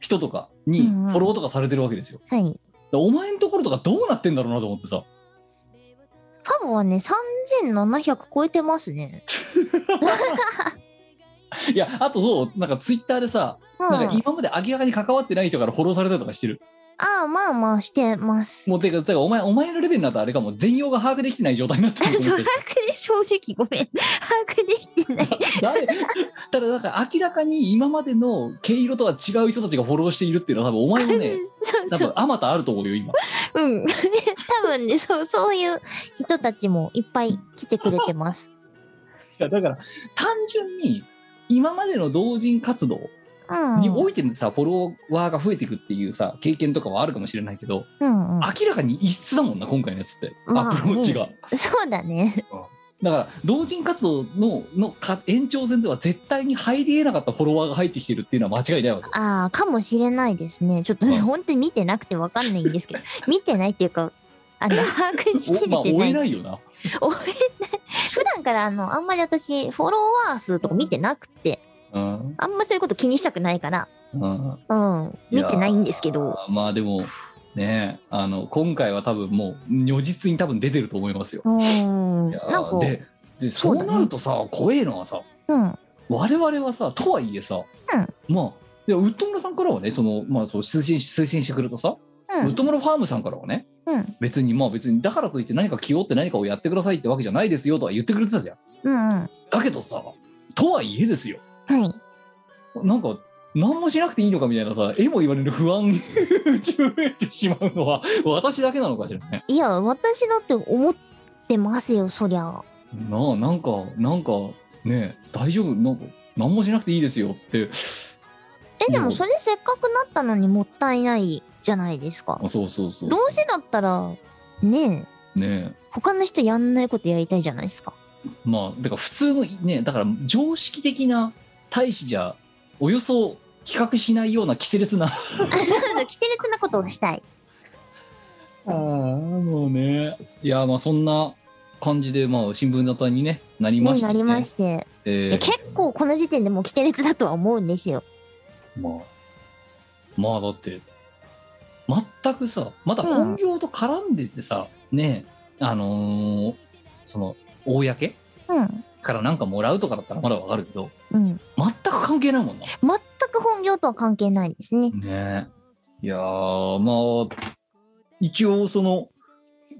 [SPEAKER 3] 人とかにフ
[SPEAKER 1] うんうん
[SPEAKER 3] ォローとかされてるわけですよ。
[SPEAKER 1] はい。
[SPEAKER 3] だからお前のところとかどうなってんだろうなと思ってさ。
[SPEAKER 1] ファボはね、3700超えてますね。
[SPEAKER 3] いやあとそうなんかツイッターでさ
[SPEAKER 1] うん。
[SPEAKER 3] なんか
[SPEAKER 1] あ
[SPEAKER 3] 今まで明らかに関わってない人からフォローされたりとかしてる。
[SPEAKER 1] あ、まあまあしてます。
[SPEAKER 3] もうてか、てかお前、お前のレベルになったらあれかも、全容が把握できてない状態になってる
[SPEAKER 1] [laughs]
[SPEAKER 3] と
[SPEAKER 1] そ
[SPEAKER 3] 思
[SPEAKER 1] う
[SPEAKER 3] う
[SPEAKER 1] 把握で正直ごめん。 [laughs] 把握できてない。、
[SPEAKER 3] 誰ただ、なんか明らかに今までの毛色とは違う人たちがフォローしているっていうのは、多分お前もね
[SPEAKER 1] [laughs] そう
[SPEAKER 3] 多
[SPEAKER 1] そう
[SPEAKER 3] 分。あまたあると思うよ、今。
[SPEAKER 1] うん。 [laughs] 多分ね、そう、そういう人たちもいっぱい来てくれてます。
[SPEAKER 3] いやだから、単純に、今までの同人活動
[SPEAKER 1] うん。
[SPEAKER 3] においてのさ、フォロワーが増えていくっていうさ、経験とかはあるかもしれないけど、
[SPEAKER 1] うんうん。
[SPEAKER 3] 明らかに異質だもんな、今回のやつって、
[SPEAKER 1] まあ
[SPEAKER 3] アプローチが。
[SPEAKER 1] そうだね。
[SPEAKER 3] だから老人活動ののか延長線では絶対に入り得なかったフォロワーが入ってきてるっていうのは間違いないわけ
[SPEAKER 1] ああ、かもしれないですね。ちょっとね、
[SPEAKER 3] うん
[SPEAKER 1] 本当に見てなくてわかんないんです
[SPEAKER 3] [laughs]
[SPEAKER 1] けど、見てないっていうか、あの、把握しき
[SPEAKER 3] おまあ
[SPEAKER 1] れて
[SPEAKER 3] 追
[SPEAKER 1] な
[SPEAKER 3] え
[SPEAKER 1] い。
[SPEAKER 3] ないよな
[SPEAKER 1] 追えない。普段から、あの、あんまり私、フォロワー数とか見てなくて、
[SPEAKER 3] うん、
[SPEAKER 1] あんまそういうこと気にしたくないから、
[SPEAKER 3] うん、
[SPEAKER 1] うん、見てないんですけど、
[SPEAKER 3] あーまあでもねあの今回は多分もう如実に多分出てると思いますよ、
[SPEAKER 1] うん、
[SPEAKER 3] いやー
[SPEAKER 1] なんか、
[SPEAKER 3] でで
[SPEAKER 1] そ
[SPEAKER 3] そうう
[SPEAKER 1] だね
[SPEAKER 3] なるとさ、怖えのはさ
[SPEAKER 1] うん、
[SPEAKER 3] 我々はさとはいえさ、まあでウッド村さんからはねその、まあ、そう推薦推薦してくれたさ、
[SPEAKER 1] う
[SPEAKER 3] ウッ
[SPEAKER 1] ん、
[SPEAKER 3] ド村ファームさんからはね
[SPEAKER 1] うん、
[SPEAKER 3] 別にまあ別にだからといって何か気負って何かをやってくださいってわけじゃないですよとは言ってくれてたじゃん
[SPEAKER 1] うん、うん、
[SPEAKER 3] だけどさとはいえですよ
[SPEAKER 1] はい。
[SPEAKER 3] なんか何もしなくていいのかみたいなさ絵も言われる不安に [laughs] 打ち増えてしまうのは私だけなのかしらね
[SPEAKER 1] いや、私だって思ってますよ、そりゃ。
[SPEAKER 3] なあなんかなんかねえ大丈夫なんか何もしなくていいですよって
[SPEAKER 1] え、で
[SPEAKER 3] い
[SPEAKER 1] も
[SPEAKER 3] や
[SPEAKER 1] それせっかくなったのにもったいないじゃないですか。
[SPEAKER 3] あそうそうそう
[SPEAKER 1] どうせだったら、ねえ、
[SPEAKER 3] ねえ
[SPEAKER 1] 他の人やんないことやりたいじゃないです [laughs] か。
[SPEAKER 3] まあだから普通のねだから常識的な大使じゃおよそ企画しないような奇烈な
[SPEAKER 1] あ、そうそう、キテレツなことをしたい。
[SPEAKER 3] ああもうねいやまあそんな感じでまあ新聞沙汰にねなりま
[SPEAKER 1] ね
[SPEAKER 3] し
[SPEAKER 1] な
[SPEAKER 3] た
[SPEAKER 1] りまして。い
[SPEAKER 3] ええ
[SPEAKER 1] や結構この時点でもうキテレツだとは思うんですよ。
[SPEAKER 3] まあ、まあだって、全くさ、まだ本業と絡んでてさ、ねえ、あのーその、公
[SPEAKER 1] うん。
[SPEAKER 3] からなんかもらうとかだったらまだわかるけど、
[SPEAKER 1] うん。
[SPEAKER 3] 全く関係ないもんな。
[SPEAKER 1] 全く本業とは関係ないですね。
[SPEAKER 3] ねえ。いやー、まあ、一応その、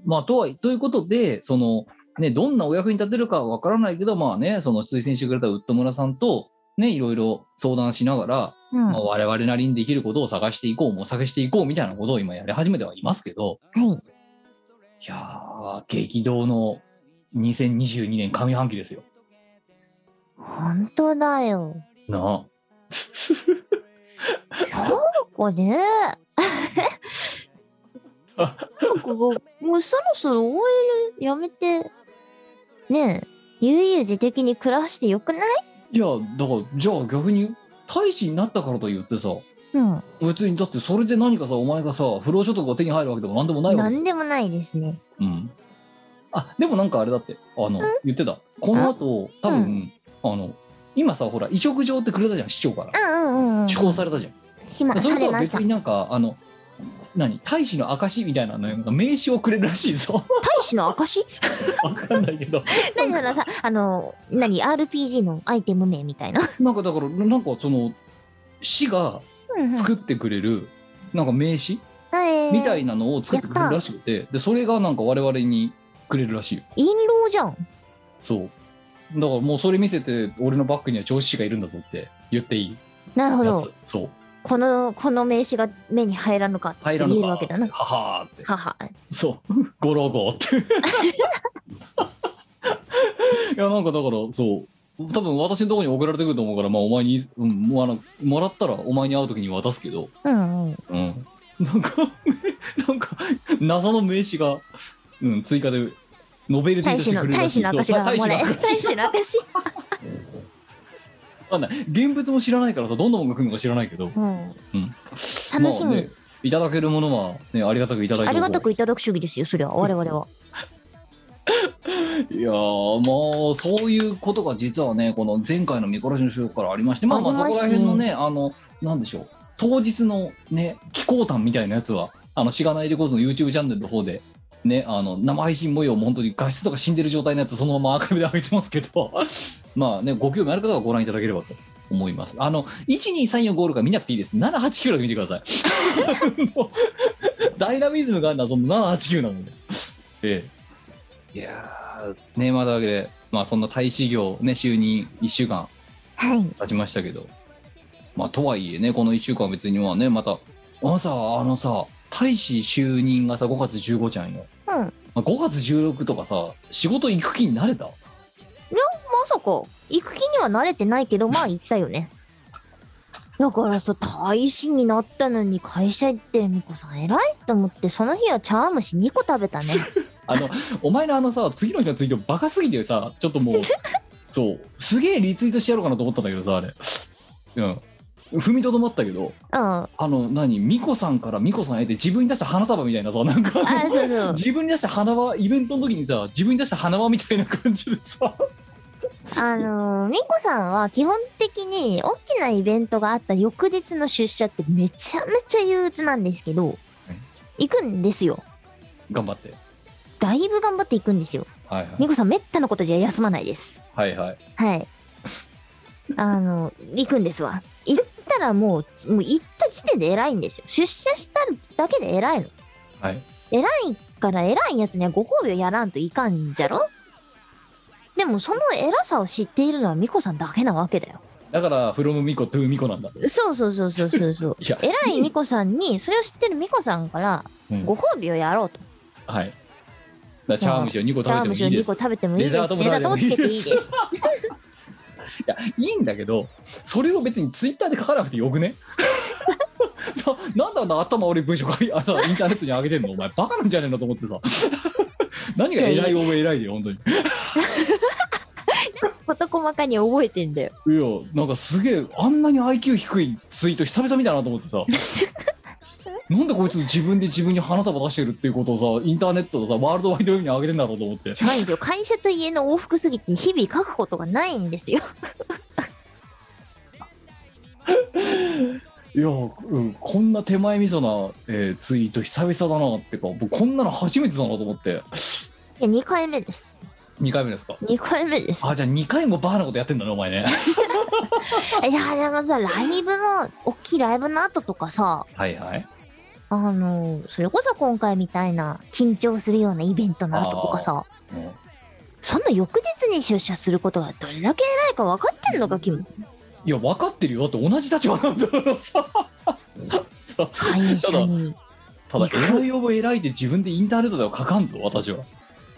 [SPEAKER 3] まあ、とはい、ということで、その、ね、どんなお役に立てるかはわからないけど、まあね、その推薦してくれたウッド村さんと、ね、いろいろ相談しながら、
[SPEAKER 1] うん。
[SPEAKER 3] まあ、
[SPEAKER 1] は
[SPEAKER 3] 我々なりにできることを探していこう、模索していこうみたいなことを今やり始めてはいますけど、
[SPEAKER 1] い。
[SPEAKER 3] いやー、激動の2022年上半期ですよ。
[SPEAKER 1] 本当だよ。
[SPEAKER 3] なあ。
[SPEAKER 1] これ。なんかもうもうそろそろ OL やめて、ねえ、悠々自適に暮らしてよくない
[SPEAKER 3] いや、だから、じゃあ逆に、大使になったからと言ってさ、
[SPEAKER 1] うん。
[SPEAKER 3] 別にだってそれで何かさ、お前がさ、不労所得が手に入るわけでもなんでもないわ
[SPEAKER 1] な
[SPEAKER 3] けで
[SPEAKER 1] んでもないですね。
[SPEAKER 3] うん。あ、でもなんかあれだって、あの、言ってた。この後、多分、あの、今さ、ほら、委嘱状ってくれたじゃん、市長から。
[SPEAKER 1] うんうんうん。
[SPEAKER 3] 施行されたじゃん。
[SPEAKER 1] しま、
[SPEAKER 3] そ
[SPEAKER 1] さ
[SPEAKER 3] れと
[SPEAKER 1] れ
[SPEAKER 3] は
[SPEAKER 1] まし
[SPEAKER 3] 別
[SPEAKER 1] た。
[SPEAKER 3] に
[SPEAKER 1] 大
[SPEAKER 3] なんかあの何大使の証みたいなのなんか名刺をくれるらしいぞ
[SPEAKER 1] 使の証
[SPEAKER 3] [laughs] わかん [laughs] ないけど
[SPEAKER 1] 何そのさ、あの、何 ?RPG のアイテム名みたいな。
[SPEAKER 3] なんかだからなんかその市が
[SPEAKER 1] うんうん
[SPEAKER 3] 作ってくれるなんか名刺
[SPEAKER 1] えー
[SPEAKER 3] みたいなのを作ってくれるらしくてでそれがなんか我々にくれるらしいよ
[SPEAKER 1] 印籠じゃん。
[SPEAKER 3] そうだからもうそれ見せて俺のバッグには上司がいるんだぞって言っていい
[SPEAKER 1] なるほ
[SPEAKER 3] や
[SPEAKER 1] ど
[SPEAKER 3] つ。そう
[SPEAKER 1] この、この名刺が目に入らぬかって
[SPEAKER 3] 入ら
[SPEAKER 1] 言
[SPEAKER 3] ぬ
[SPEAKER 1] え
[SPEAKER 3] か
[SPEAKER 1] るわけだな。
[SPEAKER 3] ははーって
[SPEAKER 1] はは。
[SPEAKER 3] [laughs] そう、ゴロゴって。いやなんかだからそう多分私のところに送られてくると思うから、まあ、お前に、うん、もうあのもらったらお前に会う時に渡すけど、
[SPEAKER 1] うんうん。
[SPEAKER 3] うん、なんか [laughs] なんか謎の名刺が、うん、追加でノベルティ
[SPEAKER 1] 大
[SPEAKER 3] とし
[SPEAKER 1] 使
[SPEAKER 3] て
[SPEAKER 1] の、
[SPEAKER 3] くれるら
[SPEAKER 1] 大
[SPEAKER 3] し
[SPEAKER 1] 使
[SPEAKER 3] い
[SPEAKER 1] の証がもらえ
[SPEAKER 3] そう
[SPEAKER 1] る。
[SPEAKER 3] 大
[SPEAKER 1] 大使
[SPEAKER 3] 使の証
[SPEAKER 1] の証。
[SPEAKER 3] わかんない現物も知らないからさどんなものが来るのか知らないけど、
[SPEAKER 1] うん。
[SPEAKER 3] うん、
[SPEAKER 1] 楽し
[SPEAKER 3] まあ
[SPEAKER 1] み
[SPEAKER 3] ね。いただけるものは、ね、ありがたくいただいて
[SPEAKER 1] ありがたくいただく主義ですよ、そりゃ、我々は。
[SPEAKER 3] いやーまあそういうことが実はねこの前回の見殺しの収録からありましてまあまあそ
[SPEAKER 1] あり
[SPEAKER 3] こ
[SPEAKER 1] ま
[SPEAKER 3] ら
[SPEAKER 1] したね
[SPEAKER 3] 辺のねあのなんでしょう当日のね気候談みたいなやつはあのしがないレコードの YouTube チャンネルの方でねあの生配信模様も本当に画質とか死んでる状態のやつそのままアーカイブで上げてますけど [laughs] まあねご興味ある方はご覧いただければと思いますあの12345が見なくていいです789だけ見てください [laughs] もうダイナミズムがあるのはその789なのでええいやーねまあというわけで、まあ、そんな大使業ね就任1週間
[SPEAKER 1] はい。
[SPEAKER 3] 経ちましたけどまあとはいえねこの1週間は別にはねまたあのさあのさ大使就任がさ5月15ちゃんよ、
[SPEAKER 1] うん。ま
[SPEAKER 3] まあ、5月16とかさ仕事行く気になれた
[SPEAKER 1] さか、行く気には慣れてないけど、まあ行ったよね。だからさ、大使になったのに会社行ってるミコさん偉いと思って、その日は茶碗蒸し2個食べたね。[laughs]
[SPEAKER 3] あのお前のあのさ次の日のツイートバカすぎてさちょっと
[SPEAKER 1] [laughs]
[SPEAKER 3] もうそうすげえリツイートしてやろうかなと思ったんだけどさあれうん踏みとどまったけど
[SPEAKER 1] うん。あ、
[SPEAKER 3] あの何ミコさんからミコさんへで自分に出した花束みたいなさなんかあの
[SPEAKER 1] そうそう。
[SPEAKER 3] [laughs] 自分に出した花輪イベントの時にさ自分に出した花輪みたいな感じでさ [laughs]
[SPEAKER 1] あのー、みこさんは基本的に大きなイベントがあった翌日の出社ってめちゃめちゃ憂鬱なんですけど、行くんですよ。
[SPEAKER 3] 頑張って
[SPEAKER 1] だいぶ頑張って行くんですよ。
[SPEAKER 3] はい
[SPEAKER 1] みこさん、めったなことじゃ休まないです。
[SPEAKER 3] はいはいはい
[SPEAKER 1] はい。 [laughs] あの、行くんですわ。行ったらもう、もう行った時点で偉いんですよ。出社しただけで偉いの。
[SPEAKER 3] はい
[SPEAKER 1] 偉いから偉いやつにはご褒美をやらんといかんじゃろでもその偉さを知っているのはミコさんだけなわけだよ。
[SPEAKER 3] だから「from ミコ to ミコ」なんだ
[SPEAKER 1] そうそうそうそうそう [laughs] そう。
[SPEAKER 3] いや
[SPEAKER 1] 偉いミコさんに、それを知ってるミコさんから
[SPEAKER 3] うん、
[SPEAKER 1] ご褒美をやろうと。
[SPEAKER 3] はいだから茶碗蒸しを2個
[SPEAKER 1] ラー
[SPEAKER 3] 食
[SPEAKER 1] ム
[SPEAKER 3] べ
[SPEAKER 1] シを2
[SPEAKER 3] てもいいです
[SPEAKER 1] 個
[SPEAKER 3] い
[SPEAKER 1] 食べてもいいです。デ
[SPEAKER 3] デザ
[SPEAKER 1] ザ
[SPEAKER 3] ートも
[SPEAKER 1] ートをつけていい [laughs]
[SPEAKER 3] 食べてもいい
[SPEAKER 1] で。
[SPEAKER 3] ですやいいんだけどそれを別にツイッターで書かなくてよくね [laughs] ななんであんな頭悪い文章書いあのインターネットに上げてんのお前バカなんじゃねえのと思ってさ [laughs] 何が偉いお前偉いでよ本当に
[SPEAKER 1] 事細かに覚えてん
[SPEAKER 3] [laughs]
[SPEAKER 1] だよ。
[SPEAKER 3] いやなんかすげえあんなに IQ 低いツイート久々見たなと思ってさなんでこいつ自分で自分に花束出してるっていうことをさインターネットのさワールドワイドウェブに上げてんだろうと思って
[SPEAKER 1] ないんですよ。会社と家の往復すぎて日々書くことがないん
[SPEAKER 3] [laughs]
[SPEAKER 1] ですよ。
[SPEAKER 3] いや、うん、こんな手前味噌な、えーツイート久々だなってか僕こんなの初めてだなと思って
[SPEAKER 1] いや、2回目です。
[SPEAKER 3] 2回目ですか
[SPEAKER 1] 2回目です。
[SPEAKER 3] あじゃあ2回もバーなことやってんだねお前ね
[SPEAKER 1] いや、でもさ、ライブの、大きいライブの後とかさ、
[SPEAKER 3] はいはい
[SPEAKER 1] あの、それこそ今回みたいな緊張するようなイベントの後とかさ、
[SPEAKER 3] うん
[SPEAKER 1] そんな翌日に出社することがどれだけ偉いか分かってんのか、君。
[SPEAKER 3] いや分かってるよだって同じ立場なんだからささ
[SPEAKER 1] 会社に。
[SPEAKER 3] た [laughs] だ偉いお前偉いで自分でインターネットでは書かんぞ私は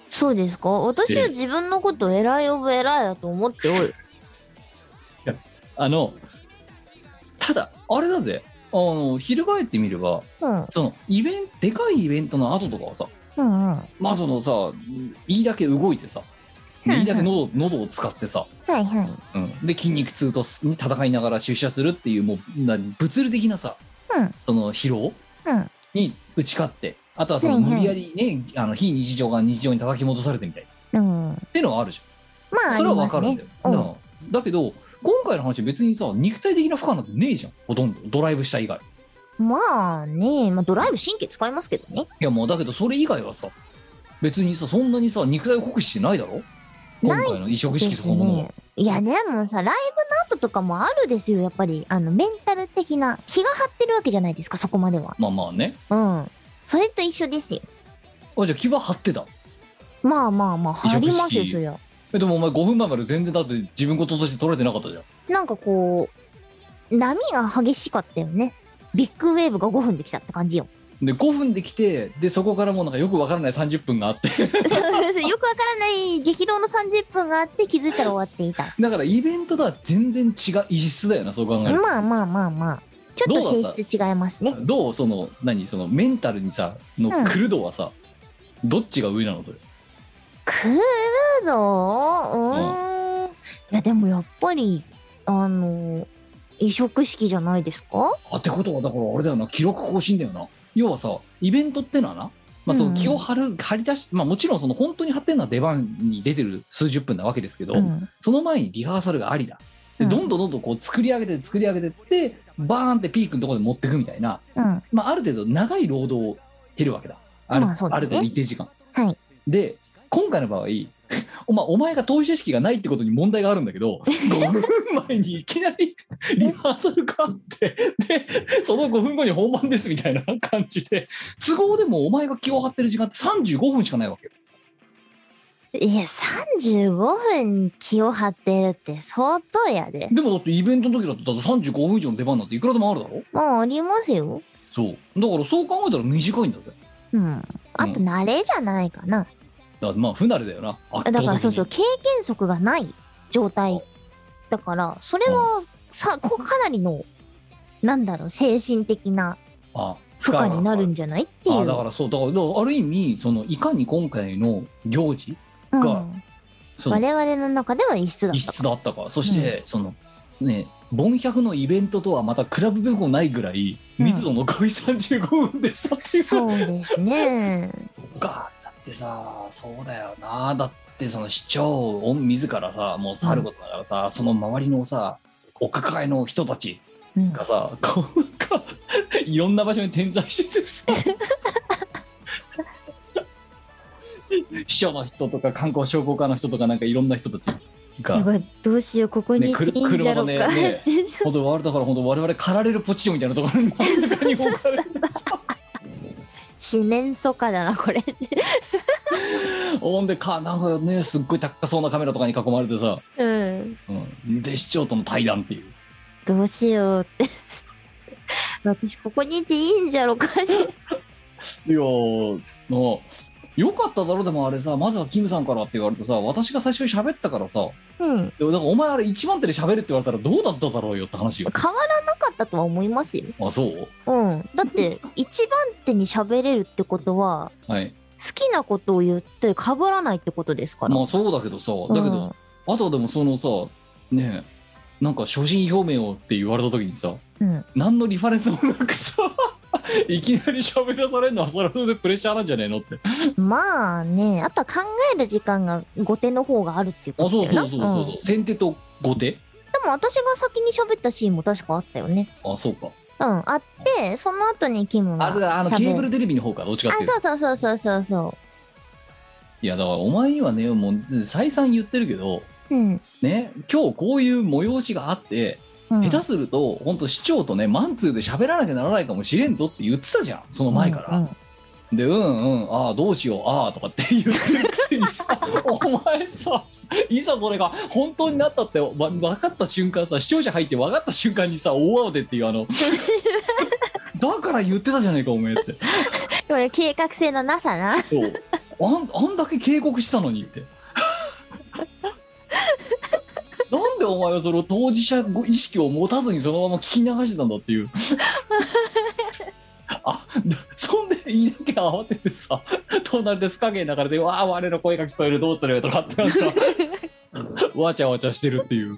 [SPEAKER 1] そうですか私は自分のこと偉いオブ偉いだと思っておる。
[SPEAKER 3] あの、ただ、あれだぜ、あの、翻ってみれば、
[SPEAKER 1] うん。
[SPEAKER 3] その、イベント、でかいイベントの後とかはさ、
[SPEAKER 1] うんうん。は
[SPEAKER 3] まあそのさ、いいだけ動いてさ、
[SPEAKER 1] うんうん
[SPEAKER 3] いいだけ喉喉を使ってさ、
[SPEAKER 1] いはい。
[SPEAKER 3] うん、で、筋肉痛とすに戦いながら出社するっていう、もう、な物理的なさ、
[SPEAKER 1] うん
[SPEAKER 3] その疲労
[SPEAKER 1] うん
[SPEAKER 3] に打ち勝って、あとはそ
[SPEAKER 1] は
[SPEAKER 3] の、
[SPEAKER 1] いはい
[SPEAKER 3] 無理やりね、あの非日常が日常に叩き戻されてみたいな。っ
[SPEAKER 1] うん。
[SPEAKER 3] ていうのはあるじ
[SPEAKER 1] ま
[SPEAKER 3] ゃ
[SPEAKER 1] あ、
[SPEAKER 3] ん。
[SPEAKER 1] あ
[SPEAKER 3] そ
[SPEAKER 1] り
[SPEAKER 3] れは
[SPEAKER 1] ま
[SPEAKER 3] わ
[SPEAKER 1] す
[SPEAKER 3] かるんだ
[SPEAKER 1] ね
[SPEAKER 3] よ。。
[SPEAKER 1] うん。
[SPEAKER 3] うんだけど、今回の話別にさ、肉体的な負荷なんてねえじゃん。ほとんど。ドライブした以外。
[SPEAKER 1] まあね、まあ、ドライブ神経使いますけどね。
[SPEAKER 3] いやもうだけどそれ以外はさ別にさそんなにさ肉体を酷使してないだろ今
[SPEAKER 1] ない
[SPEAKER 3] 回の移植
[SPEAKER 1] で
[SPEAKER 3] 式
[SPEAKER 1] す
[SPEAKER 3] そのものは
[SPEAKER 1] ね。いやね、もうさ、ライブの後とかもあるですよ、やっぱり。あの、メンタル的な。気が張ってるわけじゃないですか、そこまでは。
[SPEAKER 3] まあまあね
[SPEAKER 1] うん。それと一緒ですよ。
[SPEAKER 3] あじゃあ牙張ってた
[SPEAKER 1] まあまあまあ、張りますよ、
[SPEAKER 3] 移植式
[SPEAKER 1] そりゃ。
[SPEAKER 3] えでもお前5分前まで全然だって自分事として取れてなかったじゃん
[SPEAKER 1] なんかこう、波が激しかったよね。ビッグウェーブが5分できたって感じよ。
[SPEAKER 3] [laughs] で5分で来てでそこからもうなんかよくわからない30分があって [laughs]
[SPEAKER 1] そうそうよくわからない激動の30分があって気づいたら終わっていた
[SPEAKER 3] だからイベントとは全然違う異質だよなそう考える
[SPEAKER 1] まあまあまあまあちょっと
[SPEAKER 3] どう
[SPEAKER 1] 性
[SPEAKER 3] だった
[SPEAKER 1] 質違いますね
[SPEAKER 3] とどうその何そのメンタルにさの
[SPEAKER 1] うん
[SPEAKER 3] 来る度はさ、どっちが上なのそれ
[SPEAKER 1] 来るのうーんいやでもやっぱりあの移植式じゃないですか
[SPEAKER 3] あってことはだからあれだよな記録更新だよな要はさイベントってのはな、まあ、その気を張る、張り出し、まあ、もちろんその本当に張ってるのは出番に出てる数十分なわけですけど、
[SPEAKER 1] うん
[SPEAKER 3] その前にリハーサルがありだで
[SPEAKER 1] うん
[SPEAKER 3] どんどんどんどんこう作り上げて作り上げてってバーンってピークのところで持ってくみたいな、
[SPEAKER 1] うん
[SPEAKER 3] まあ、ある程度長い労働を減るわけだある,、
[SPEAKER 1] まあそうですね
[SPEAKER 3] ある程度一定時間
[SPEAKER 1] はい
[SPEAKER 3] で今回の場合 [laughs] お前お前が投資意識がないってことに問題があるんだけど5分前にいきなり [laughs] リハーサルがあってでその5分後に本番ですみたいな感じで都合でもお前が気を張ってる時間って35分しかないわけよ
[SPEAKER 1] いや35分気を張ってるって相当やで
[SPEAKER 3] でもだってイベントの時だってだと35分以上の出番なんていくらでもあるだろ
[SPEAKER 1] もうありますよ
[SPEAKER 3] そうだからそう考えたら短いんだぜ
[SPEAKER 1] うんあと慣れじゃないかな、
[SPEAKER 3] だからまあ不慣れだよなあ
[SPEAKER 1] だからそうそう経験則がない状態だからそれはさこうかなりのなんだろう精神的な
[SPEAKER 3] あ
[SPEAKER 1] 負荷になるん
[SPEAKER 3] っ
[SPEAKER 1] じゃないっていう
[SPEAKER 3] あだからそうだからだからある意味そのいかに今回の行事
[SPEAKER 1] うん
[SPEAKER 3] がその
[SPEAKER 1] 我々の中では異質だ
[SPEAKER 3] 異
[SPEAKER 1] った
[SPEAKER 3] 質だったかそして、そのねボン100のイベントとはまた比べもないぐらい
[SPEAKER 1] うん
[SPEAKER 3] 密度の濃い35分でしたっていう、
[SPEAKER 1] そうですね。
[SPEAKER 3] がだってさそうだよなだってその市長御自らさもう去ることだからさ、その周りのさお抱えの人たち
[SPEAKER 1] うん
[SPEAKER 3] がさ、こうなんか [laughs] いろんな場所に点在してて [laughs] さ秘書の人とか観光商工課の人とかなんかいろんな人たち
[SPEAKER 1] や
[SPEAKER 3] が
[SPEAKER 1] ばいどうしようここにいて
[SPEAKER 3] ねくる
[SPEAKER 1] いいんじゃろうか
[SPEAKER 3] 車のねね
[SPEAKER 1] 全然
[SPEAKER 3] 本当わだから本当我々駆られるポジションみたいなところに真ん中に置かれてさ
[SPEAKER 1] [laughs] 四面楚歌だなこれ
[SPEAKER 3] ほん [laughs] でかなんかねすっごい高そうなカメラとかに囲まれてさ、
[SPEAKER 1] うん
[SPEAKER 3] うん、で市長との対談っていう
[SPEAKER 1] どうしようって私ここにいていいんじゃろうかって
[SPEAKER 3] いやーのよかっただろでもあれさまずはキムさんからって言われてさ私が最初に喋ったからさ
[SPEAKER 1] うん
[SPEAKER 3] でもだからお前あれ一番手で喋るって言われたらどうだっただろうよって [laughs] 話よ。
[SPEAKER 1] 変わらなかったとは思いますよ
[SPEAKER 3] あそう
[SPEAKER 1] うんだって一番手に喋れるってことは
[SPEAKER 3] はい。
[SPEAKER 1] 好きなことを言って被らないってことですから、
[SPEAKER 3] まあそうだけどさだけど、あとはでもそのさねえなんか初心表明をって言われた時にさ
[SPEAKER 1] うん、うん、
[SPEAKER 3] 何のリファレンスもなくさ [laughs] いきなり喋らされるのはそれはそれでプレッシャーなんじゃねえのって。あ
[SPEAKER 1] まあねあとは考える時間が後手の方があるっていうこ
[SPEAKER 3] そ
[SPEAKER 1] と
[SPEAKER 3] う
[SPEAKER 1] だ
[SPEAKER 3] そ
[SPEAKER 1] よな
[SPEAKER 3] うそうそう
[SPEAKER 1] うん
[SPEAKER 3] そう、先手と後手
[SPEAKER 1] でも私が先に喋ったシーンも確かあったよね。
[SPEAKER 3] あそうか。
[SPEAKER 1] うん、あって、その後にキムが
[SPEAKER 3] あだからあの
[SPEAKER 1] 喋
[SPEAKER 3] ケ
[SPEAKER 1] る
[SPEAKER 3] ーブルテレビの方かどっちか
[SPEAKER 1] あ
[SPEAKER 3] っていうと
[SPEAKER 1] そうそうそうそうそうそ
[SPEAKER 3] いやだからお前にはねもう再三言ってるけど
[SPEAKER 1] う。うん。
[SPEAKER 3] ね今日こういう催しがあって
[SPEAKER 1] うん、
[SPEAKER 3] 下手すると本当市長とねマンツーで喋らなきゃならないかもしれんぞって言ってたじゃんその前から、
[SPEAKER 1] うんうん
[SPEAKER 3] でうんうんああどうしようああとかって言ってるく
[SPEAKER 1] [laughs]
[SPEAKER 3] せにさお前さいざそれが本当になったって、わ分かった瞬間さ視聴者入って分かった瞬間にさ大慌てっていう
[SPEAKER 1] [laughs]
[SPEAKER 3] あのだから言ってたじゃねえかお前って
[SPEAKER 1] これ計画性のなさ
[SPEAKER 3] [laughs]
[SPEAKER 1] な。
[SPEAKER 3] そうあんあんだけ警告したのにって [laughs] なんでお前はその当事者意識を持たずにそのまま聞き流してたんだっていうあだそんで言いなきゃ慌ててさ隣でスカゲ流れて「わあ我の声が聞こえるどうする?」とかってなんかわちゃわちゃしてるっていう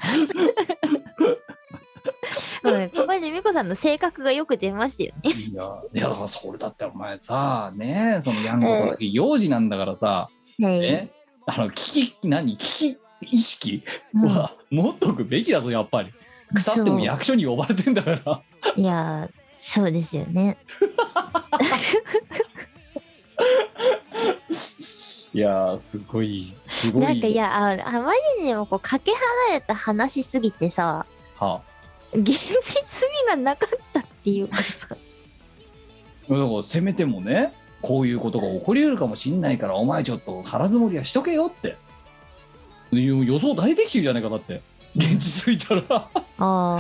[SPEAKER 1] うん、ここで美子さんの性格がよく出ますよね。
[SPEAKER 3] いやいやだからそれだってお前さねそのヤングとだけ幼児なんだからさ、
[SPEAKER 1] はい。
[SPEAKER 3] ねあの危機何危機意識
[SPEAKER 1] うん
[SPEAKER 3] は持っとくべきだぞやっぱり腐っても役所に呼ばれてんだから
[SPEAKER 1] いやー、そうですよね。
[SPEAKER 3] [laughs] いやーすごいすごい
[SPEAKER 1] なんかいやあ、あまりにもこうかけ離れた話しすぎてさ、
[SPEAKER 3] はあ
[SPEAKER 1] 現実味がなかったっていうかさ。
[SPEAKER 3] だからせめてもねこういうことが起こりうるかもしんないからお前ちょっと腹積もりはしとけよっていう予想大的中じゃないかだって現実ついたら
[SPEAKER 1] [laughs]
[SPEAKER 3] [laughs]
[SPEAKER 1] ああ。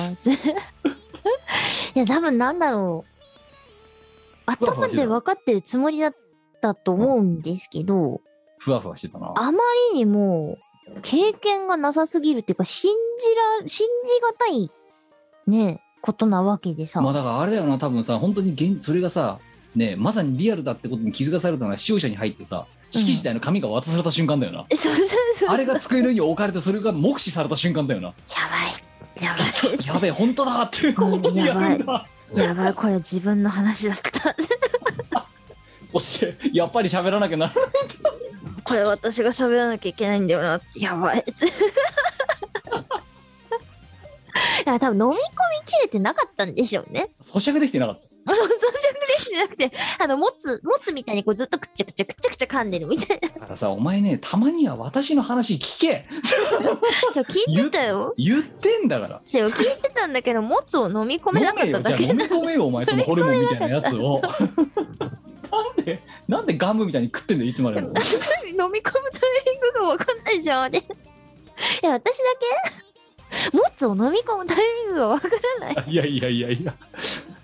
[SPEAKER 1] いや、多分なんだろう。
[SPEAKER 3] ふわふ
[SPEAKER 1] 頭
[SPEAKER 3] わしてた
[SPEAKER 1] で分かってるつもりだったと思うんですけど、
[SPEAKER 3] ふわふわしてたな。
[SPEAKER 1] あまりにも経験がなさすぎるっていうか、信じら、信じがたい、ね、ことなわけでさ。
[SPEAKER 3] まあだからあれだよな多分さ本当に現それがさねまさにリアルだってことに気づかされたのは視聴者に入ってさ式自体の紙が渡された瞬間だ
[SPEAKER 1] [laughs]
[SPEAKER 3] よな、
[SPEAKER 1] そうそうそう。
[SPEAKER 3] あれが机の上に置かれてそれが目視された瞬間だよな
[SPEAKER 1] やばい。やばいです。
[SPEAKER 3] やべえ本当だって本当にやるんだ
[SPEAKER 1] やばい、これ自分の話だった。
[SPEAKER 3] そしてやっぱり喋らなきゃならない
[SPEAKER 1] これ私が喋らなきゃいけないんだよな。やば [laughs] い。いや多分飲み込みきれてなかったんでしょうね。 [laughs]
[SPEAKER 3] 咀嚼できてなかった
[SPEAKER 1] そう装着できてなくて、あの、持つ、持つみたいにこうずっとくっちゃくちゃくっちゃくちゃ噛んでるみたいな。
[SPEAKER 3] だからさお前ねたまには私の話聞け
[SPEAKER 1] いや聞いてたよ。
[SPEAKER 3] 言ってんだから
[SPEAKER 1] そう聞いてたんだけど、持つを飲み込めなかっただ
[SPEAKER 3] 飲
[SPEAKER 1] け
[SPEAKER 3] めよじゃあ飲
[SPEAKER 1] な。
[SPEAKER 3] み込めよお前そのホルモンみたいなやつ
[SPEAKER 1] [laughs]
[SPEAKER 3] をなんでなんでガムみたいに食ってんだよいつまでも
[SPEAKER 1] 飲み込むタイミングが分かんないじゃん、あれ。いや、私だけ [laughs] 持つを飲み込むタイミングが分からない。
[SPEAKER 3] いやいやいやいや。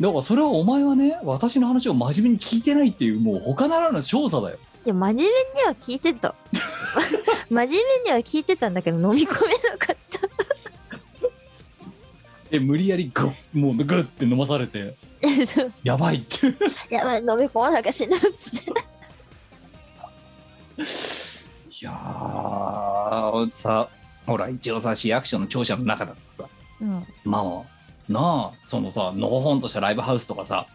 [SPEAKER 3] だからそれはお前はね、私の話を真面目に聞いてないっていう、もう他ならぬ調査だよ。
[SPEAKER 1] いや真面目には聞いて [laughs] た真面目には聞いてたんだけど飲み込めなかった [laughs]
[SPEAKER 3] で、無理やりグッ、もうグッって飲まされて、
[SPEAKER 1] そう
[SPEAKER 3] やばいって。い
[SPEAKER 1] やばい飲み込まなきゃ死ぬっつって
[SPEAKER 3] やー、さ、ほら、一応さ、市役所の庁舎の中だったさ、
[SPEAKER 1] うん
[SPEAKER 3] まあ、なあ、そのさ、のほほんとしたライブハウスとかさ、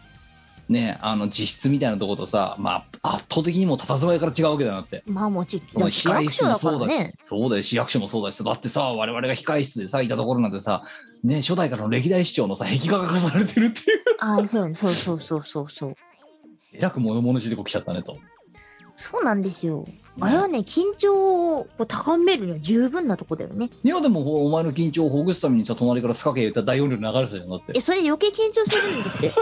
[SPEAKER 3] ねあの自室みたいなとことさ、まあ、圧倒的にもう佇まいから違うわけだなって。
[SPEAKER 1] まあもち
[SPEAKER 3] ま
[SPEAKER 1] ろ
[SPEAKER 3] あ
[SPEAKER 1] ん市役所だからね
[SPEAKER 3] そうだよ、市役所もそうだしさ、だってさ、我々が控え室でさ、いたところなんてさ、ね、初代からの歴代市長のさ、壁画が飾られてるっていう。 [laughs]
[SPEAKER 1] ああそうそうそうそうそうそう
[SPEAKER 3] えらく物々しいとこ来ちゃったねと。
[SPEAKER 1] そうなんですよあれはね緊張をこう高めるには十分なとこだよね
[SPEAKER 3] いや、でも、お前の緊張をほぐすためにさ、隣からスカケ言った大音量流れてたじゃん、だって
[SPEAKER 1] え。それ余計緊張するんだ [laughs] って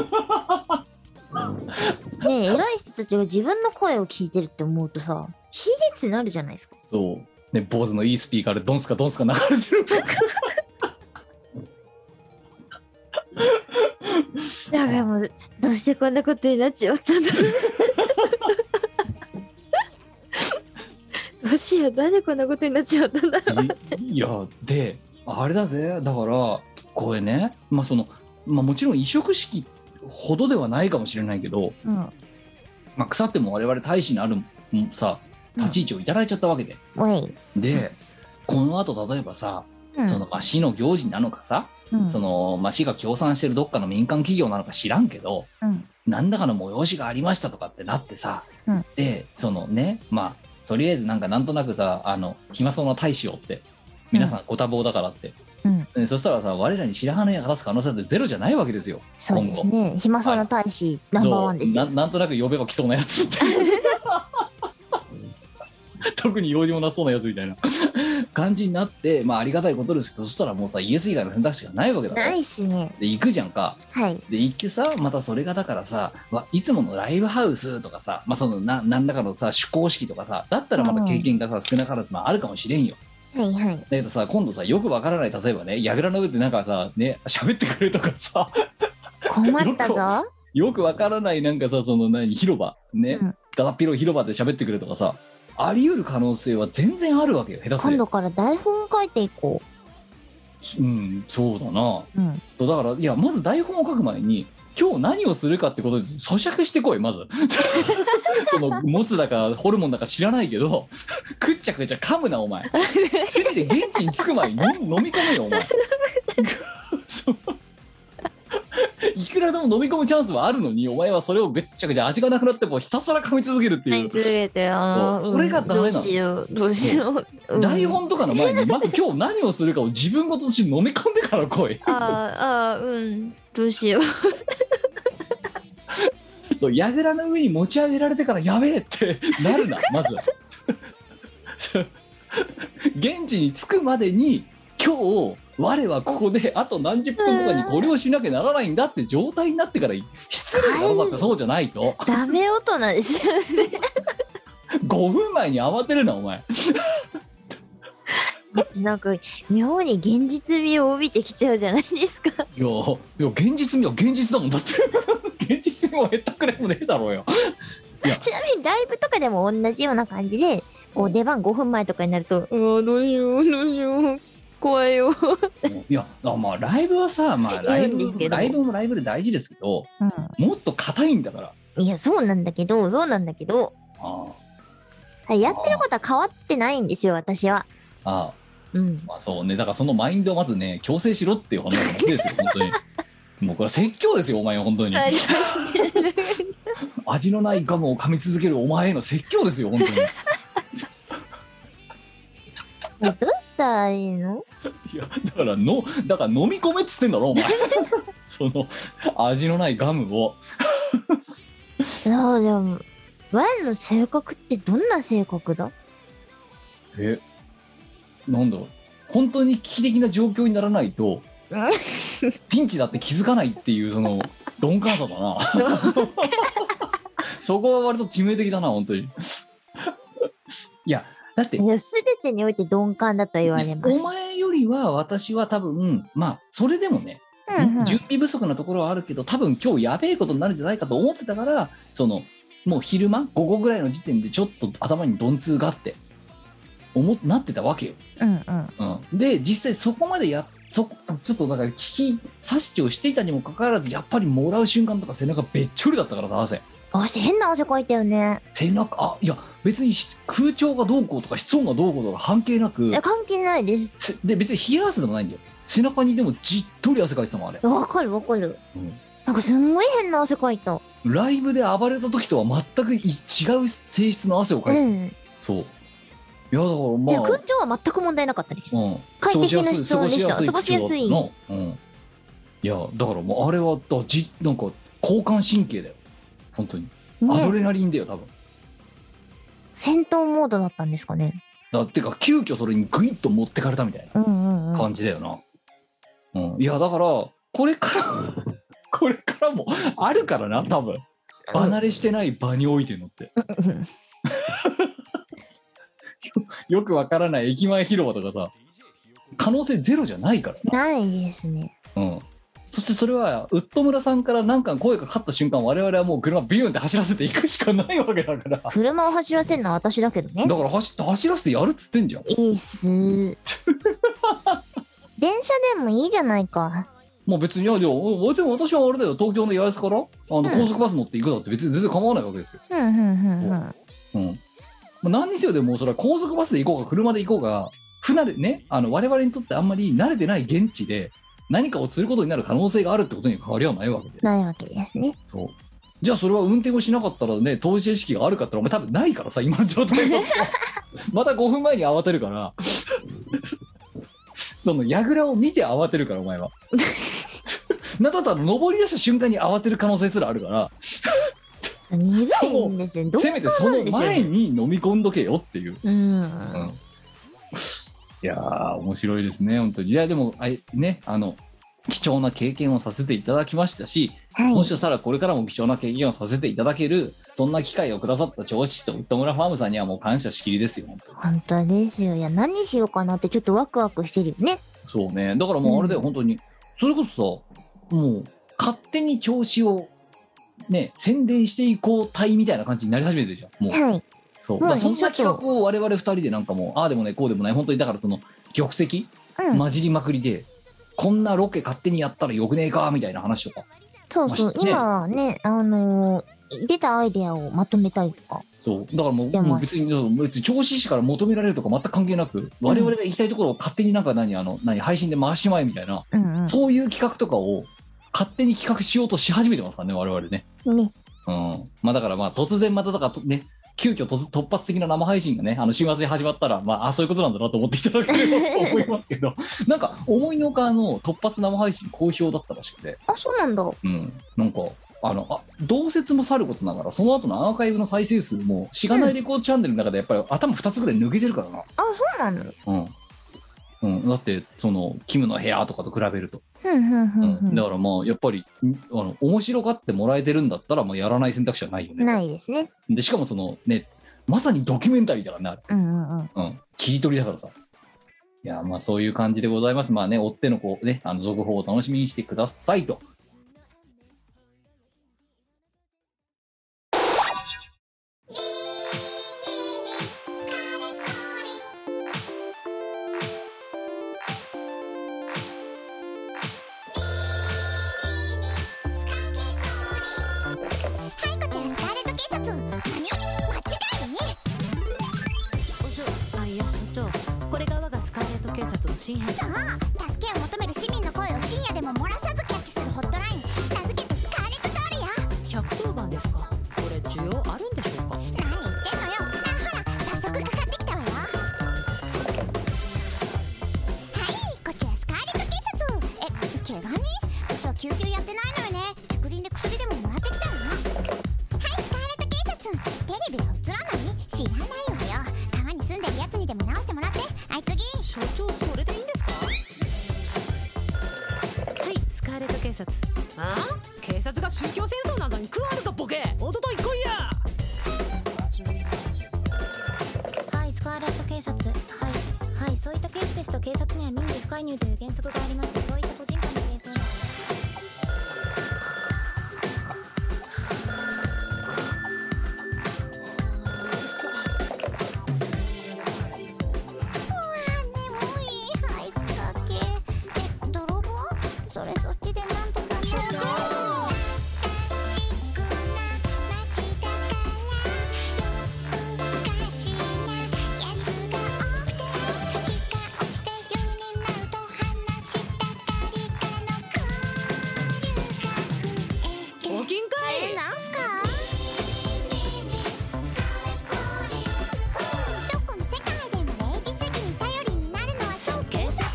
[SPEAKER 1] ねえ偉い人たちが自分の声を聞いてるって思うとさ卑劣になるじゃないですか
[SPEAKER 3] そう。ね、坊主のいいスピーカーでドンスカドンスカ流れてる。
[SPEAKER 1] だからもうどうしてこんなことになっちまったんだ [laughs] ろうどうしようなんでこんなことになっちまったんだろう
[SPEAKER 3] いいやであれだぜだからこれねまあその、まあ、もちろん移植式ほどではないかもしれないけど、
[SPEAKER 1] うん
[SPEAKER 3] まあ、腐っても我々大使になるもさ立ち位置をいただいちゃったわけで、
[SPEAKER 1] おい、
[SPEAKER 3] でこのあと例えばさ、
[SPEAKER 1] うん、
[SPEAKER 3] そのまあ市の行事なのかさ、
[SPEAKER 1] うん
[SPEAKER 3] そのまあ市が協賛してるどっかの民間企業なのか知らんけど
[SPEAKER 1] うん
[SPEAKER 3] 何らかの催しがありましたとかってなってさ、
[SPEAKER 1] うん
[SPEAKER 3] でそのねまあとりあえずなんかなんとなくさあの暇そうな大使をって皆さんご多忙だからって、
[SPEAKER 1] うん
[SPEAKER 3] でそしたらさ我らに白羽の矢が立つ可能性ってゼロじゃないわけですよ
[SPEAKER 1] そうですね暇そうな大使ナ
[SPEAKER 3] 今後
[SPEAKER 1] ンバーワンです
[SPEAKER 3] そう
[SPEAKER 1] よ
[SPEAKER 3] ななんとなく呼べば来そうなやつって
[SPEAKER 1] [laughs]
[SPEAKER 3] 特に用事もなさそうなやつみたいな感じになってまあありがたいことですけどそしたらもうさイエス以外の選択肢がないわけだから
[SPEAKER 1] な
[SPEAKER 3] で
[SPEAKER 1] いっすね
[SPEAKER 3] 行くじゃんか
[SPEAKER 1] はい
[SPEAKER 3] で行ってさまたそれがだからさわいつものライブハウスとかさ、まあ、そのな何らかのさ趣向式とかさだったらまた経験がさ、少なからずまああるかもしれんよ
[SPEAKER 1] はいはい
[SPEAKER 3] だけどさ今度さよくわからない例えばね櫓の上でなんかさね喋ってくれとかさ [laughs]
[SPEAKER 1] 困ったぞ
[SPEAKER 3] よくわからないなんかさその何広場ね、
[SPEAKER 1] うん
[SPEAKER 3] だだっ広い広場で喋ってくれとかさあり得る可能性は全然あるわけよ下手す
[SPEAKER 1] 今
[SPEAKER 3] りゃ
[SPEAKER 1] 度から台本書いていこ
[SPEAKER 3] うんそうだな
[SPEAKER 1] ううん
[SPEAKER 3] そうだからいやまず台本を書く前に今日何をするかってことで咀嚼してこい
[SPEAKER 1] [laughs]
[SPEAKER 3] まずその持つだかホルモンだか知らないけどくっちゃくちゃ噛むなお前ついで現地に着く前に飲
[SPEAKER 1] [laughs]
[SPEAKER 3] み飲み込めよお前そういくらでも飲み込むチャンスはあるのにお前はそれをぐっちゃぐちゃ味がなくなってもうひたすら噛み続けるって
[SPEAKER 1] は
[SPEAKER 3] いう、
[SPEAKER 1] いずれてあ
[SPEAKER 3] そう
[SPEAKER 1] の
[SPEAKER 3] それがダメ
[SPEAKER 1] うんど
[SPEAKER 3] なの
[SPEAKER 1] うしようどうしよう、うん
[SPEAKER 3] 台本とかの前にまず今日何をするかを自分ごとして飲み込んでから来い
[SPEAKER 1] あーあーうんどう [laughs] しよう
[SPEAKER 3] そう櫓の上に持ち上げられてからやべえ
[SPEAKER 1] [laughs]
[SPEAKER 3] ってなるなまず現地に着くまでに今日我はここであと何十分後かにこれをしなきゃならないんだって状態になってから失礼だろだってそうじゃないと
[SPEAKER 1] ダメ大人ですよね
[SPEAKER 3] 5分前に慌てるなお前
[SPEAKER 1] なんか妙に現実味を帯びてきちゃうじゃないですか。 [laughs]
[SPEAKER 3] いやいや現実味は現実だもんだって [laughs] 現実でも減ったくれもねえだろうよ。
[SPEAKER 1] ちなみにライブとかでも同じような感じでこう出番5分前とかになると「うわどうしようどうしよう怖いよ」
[SPEAKER 3] いや、あまあライブはさ、まあライ
[SPEAKER 1] 言うんです
[SPEAKER 3] ブ、
[SPEAKER 1] けど
[SPEAKER 3] ライブもライブで大事ですけど、
[SPEAKER 1] う
[SPEAKER 3] もっと硬いんだから。
[SPEAKER 1] ん、いやそうなんだけどそうなんだけど
[SPEAKER 3] あ
[SPEAKER 1] やってることは変わってないんですよ私は。
[SPEAKER 3] あ、ああ、
[SPEAKER 1] うん、
[SPEAKER 3] まあそうね、だからそのマインドをまずね、強制しろっていう話ですよ、本当に。 [laughs] もうこれ説教ですよ、お前は本当に。味のないガムを噛み続けるお前への説教ですよ、本当に。
[SPEAKER 1] どうしたらいいの
[SPEAKER 3] いやだからのだから飲み込めっつってんだろお前その味のないガムを
[SPEAKER 1] いやでもワイの性格ってどんな性格 [laughs] だ
[SPEAKER 3] えなんだろう本当に危機的な状況にならないとピンチだって気づかないっていうその鈍感さだなそこは割と致命的だな本当にいやだって
[SPEAKER 1] いや全てにおいて鈍感だと言われます。
[SPEAKER 3] お前よりは私は多分まあそれでもね
[SPEAKER 1] うんうん
[SPEAKER 3] 準備不足なところはあるけど多分今日やべえことになるんじゃないかと思ってたからそのもう昼間午後ぐらいの時点でちょっと頭に鈍痛があって思っなってたわけよ、
[SPEAKER 1] うんうん
[SPEAKER 3] うん、で実際そこまでやそこちょっとだから聞き察しをしていたにもかかわらずやっぱりもらう瞬間とか背中べっちょりだったからなぜ
[SPEAKER 1] 汗変な汗かいたよね。
[SPEAKER 3] 背中あいや別にし空調がどうこうとか室温がどうこうとか関係なく
[SPEAKER 1] いや関係ないです。
[SPEAKER 3] せで別に冷や汗でもないんだよ背中にでもじっとり汗かいてたもんあれ、
[SPEAKER 1] わかるわかる。
[SPEAKER 3] うん
[SPEAKER 1] なんかすんごい変な汗かいた。
[SPEAKER 3] ライブで暴れた時とは全くい違う性質の汗をかいてた、
[SPEAKER 1] うん。
[SPEAKER 3] そういやだ
[SPEAKER 1] じゃ
[SPEAKER 3] からまあ
[SPEAKER 1] 空調は全く問題なかったです。
[SPEAKER 3] うん
[SPEAKER 1] 快適な室温でした
[SPEAKER 3] 過ごしやすい
[SPEAKER 1] 過
[SPEAKER 3] 口調だったなうんいやだからもうあれはだじなんか交感神経だよ本当にア
[SPEAKER 1] ね、
[SPEAKER 3] ドレナリンだよ多分
[SPEAKER 1] 戦闘モードだったんですかね。
[SPEAKER 3] だってか急遽それにグイッと持ってかれたみたい
[SPEAKER 1] うんうんう。
[SPEAKER 3] なん感じだよな、うんいやだからこれからこれからもあるからな多分離れしてない場においてのって
[SPEAKER 1] うんうん
[SPEAKER 3] よくわからない駅前広場とかさ可能性ゼロじゃないからな
[SPEAKER 1] ないですね。
[SPEAKER 3] うん、そしてそれはウッド村さんから何か声がかかった瞬間我々はもう車ビューンって走らせていくしかないわけだからだか
[SPEAKER 1] 車を走らせるのは私だけどね。
[SPEAKER 3] ら走って走らせてやるっつってんじゃん
[SPEAKER 1] いいっす。
[SPEAKER 3] [laughs]
[SPEAKER 1] 電車でもいいじゃないか。
[SPEAKER 3] もう別にいやいやもちろん私はあれだよ東京の八重洲からあの
[SPEAKER 1] ん
[SPEAKER 3] 高速バス乗って行くだって別に全然構わないわけですよ、
[SPEAKER 1] うんうんうんうん。
[SPEAKER 3] うんまあ、何にせよでもそれは高速バスで行こうか車で行こうが不慣れねあの我々にとってあんまり慣れてない現地で何かをすることになる可能性があるってことに変わりはないわけで
[SPEAKER 1] ないわけですね。
[SPEAKER 3] そう。じゃあそれは運転をしなかったらね、当事者意識があるかって言ったら、お前多分ないからさ、今の状
[SPEAKER 1] [laughs]
[SPEAKER 3] 態だとまた5分前に慌てるから、その櫓を見て慌てるから、お前は。なんだったら登り出した瞬間に慌てる可能性すらあるから、
[SPEAKER 1] 鈍いんですよ。どう
[SPEAKER 3] せめてそ
[SPEAKER 1] な
[SPEAKER 3] の
[SPEAKER 1] んですよ
[SPEAKER 3] 前。に飲み込んどけよっていう。
[SPEAKER 1] うん。
[SPEAKER 3] うんいやー、面白いですね、本当に。いや、でも、あいね、あの、貴重な経験をさせていただきましたし、
[SPEAKER 1] は
[SPEAKER 3] も
[SPEAKER 1] い
[SPEAKER 3] し。かしたらこれからも貴重な経験をさせていただける、そんな機会をくださった調子とウッド村ファームさんにはもう感謝しきりですよ、本当に
[SPEAKER 1] 本当ですよ。いや、何しようかなってちょっとワクワクしてるよね。
[SPEAKER 3] そうね。だからもうあれだよ、
[SPEAKER 1] うん
[SPEAKER 3] 本当に。それこそさ、もう勝手に調子をね、宣伝していこう隊みたいな感じになり始めてるじゃん。もう。
[SPEAKER 1] はい。
[SPEAKER 3] そう。
[SPEAKER 1] も
[SPEAKER 3] だ
[SPEAKER 1] う
[SPEAKER 3] か
[SPEAKER 1] 編
[SPEAKER 3] らそん
[SPEAKER 1] 集長
[SPEAKER 3] な企画を我々二人でなんかもう、ああでもない、こうでもない、本当にだからその玉石
[SPEAKER 1] うん。
[SPEAKER 3] 混じりまくりで、こんなロケ勝手にやったらよくねえか、みたいな話とか。
[SPEAKER 1] そうそう、
[SPEAKER 3] ましてね
[SPEAKER 1] 今ね、あのー出たアイデアをまとめたりとか。
[SPEAKER 3] そうだからもう
[SPEAKER 1] でも
[SPEAKER 3] もう別にそう別に調子師から求められるとか全く関係なく我々が行きたいところを勝手になんか何あの何配信で回しまえみたいな、
[SPEAKER 1] うん
[SPEAKER 3] そういう企画とかを勝手に企画しようとし始めてますからね我々ね、
[SPEAKER 1] うん。ね。
[SPEAKER 3] うんまあ、だからまあ突然まただからとね急遽突突発的な生配信がねあの週末に始まったらまああそういうことなんだなと思っていただければと思いますけどなんか思いのほかあの突発生配信好評だったらしくて
[SPEAKER 1] あ、そうなんだ。
[SPEAKER 3] うん、なんかあのあ同説もさることながらその後のアーカイブの再生数もしがないレコードチャンネルの中でやっぱり頭2つぐらい抜けてるからな、
[SPEAKER 1] あ、そうなの。
[SPEAKER 3] うんうん、だってその「キムの部屋」とかと比べると、
[SPEAKER 1] ふんふんふ
[SPEAKER 3] うん
[SPEAKER 1] ふ
[SPEAKER 3] ん、だ
[SPEAKER 1] ん。
[SPEAKER 3] からまあやっぱりんあの面白がってもらえてるんだったらもうやらない選択肢はないよね
[SPEAKER 1] ないですね。
[SPEAKER 3] でしかもそのねまさにドキュメンタリーだからねあれ
[SPEAKER 1] うんうんうん。
[SPEAKER 3] うん、切り取りだからさ。いや、まあそういう感じでございます。まあね、追ってのこうね、あの続報を楽しみにしてくださいと。
[SPEAKER 4] お嬢あいや所長これが我がスカーレット警察の新編
[SPEAKER 5] そう助けを求める市民の声を深夜でも漏らさずキャッチするホットライン名付けてスカーレットドリア
[SPEAKER 4] 110番ですかこれ需要あるんでしょ
[SPEAKER 5] 何言ってんのよ
[SPEAKER 4] うか
[SPEAKER 5] あほら早速かかってきたわよはいこちらスカーレット警察え怪我人私は救急やってないのよね竹林で薬でももらってきたわはいスカーレット警察テレビが映らない知らないわよ川に住んでるやつにでも直してもらってはい次
[SPEAKER 4] 所長それでいいんですかはいスカーレット警察ああ警察が宗教戦争などに食わぬかボケおととい来いや
[SPEAKER 6] はいスカーレット警察はいはいそういったケースですと警察には民事不介入という原則がありましてそういった個人間の係争
[SPEAKER 5] あ眠いハイスかけえ泥棒それそっちでなんとか所長ちくな街だからよくかしなやつが多くて日が落ちて夜になると話したがりかの交流が増え
[SPEAKER 4] 募
[SPEAKER 5] る
[SPEAKER 4] 金かい
[SPEAKER 5] なんすかどこの世界でも0時過ぎに頼りになるのはそう警察官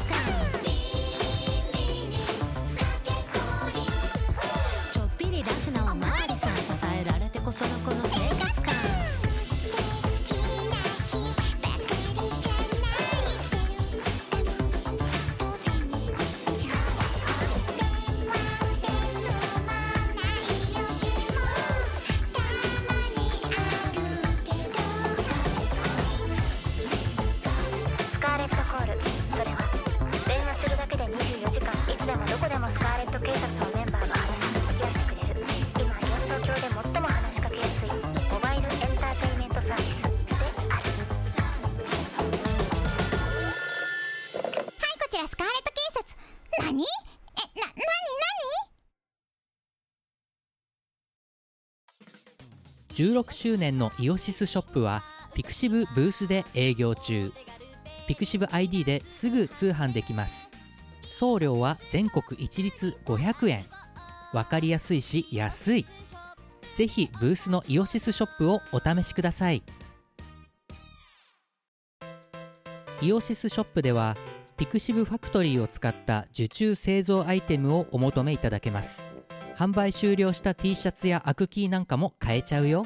[SPEAKER 4] ちょっぴりラフなおまわりさん支えられてこそのこの生活感
[SPEAKER 5] 「素敵な日ばかりじゃない」「生きてるために当然にしか電話ですまない用事もたまにあるけど」
[SPEAKER 6] スカーレットコールそれは電話するだけで24時間いつでもどこでもスカーレット警察のメンバーが話に付き合ってくれる今幻想郷で最も話しかけやすいモバイルエンターテインメントサービスである
[SPEAKER 5] はいこちらスカーレット警察何えな何何
[SPEAKER 2] 16周年のイオシスショップはピクシブブースで営業中ピクシブ ID ですぐ通販できます送料は全国一律500円わかりやすいし安いぜひブースのイオシスショップをお試しくださいイオシスショップではピクシブファクトリーを使った受注製造アイテムをお求めいただけます販売終了した T シャツやアクキーなんかも買えちゃうよ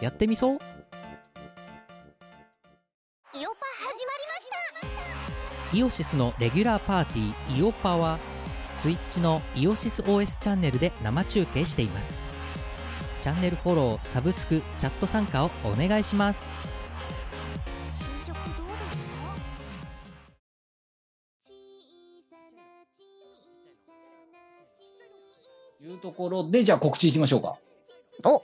[SPEAKER 2] やってみそう
[SPEAKER 5] イオパ始まりました
[SPEAKER 2] イオシスのレギュラーパーティー「イオパ」はスイッチのイオシス OS チャンネルで生中継していますチャンネルフォローサブスクチャット参加をお願いします
[SPEAKER 5] 進捗どうですか
[SPEAKER 3] いうところでじゃあ告知いきましょうか
[SPEAKER 1] お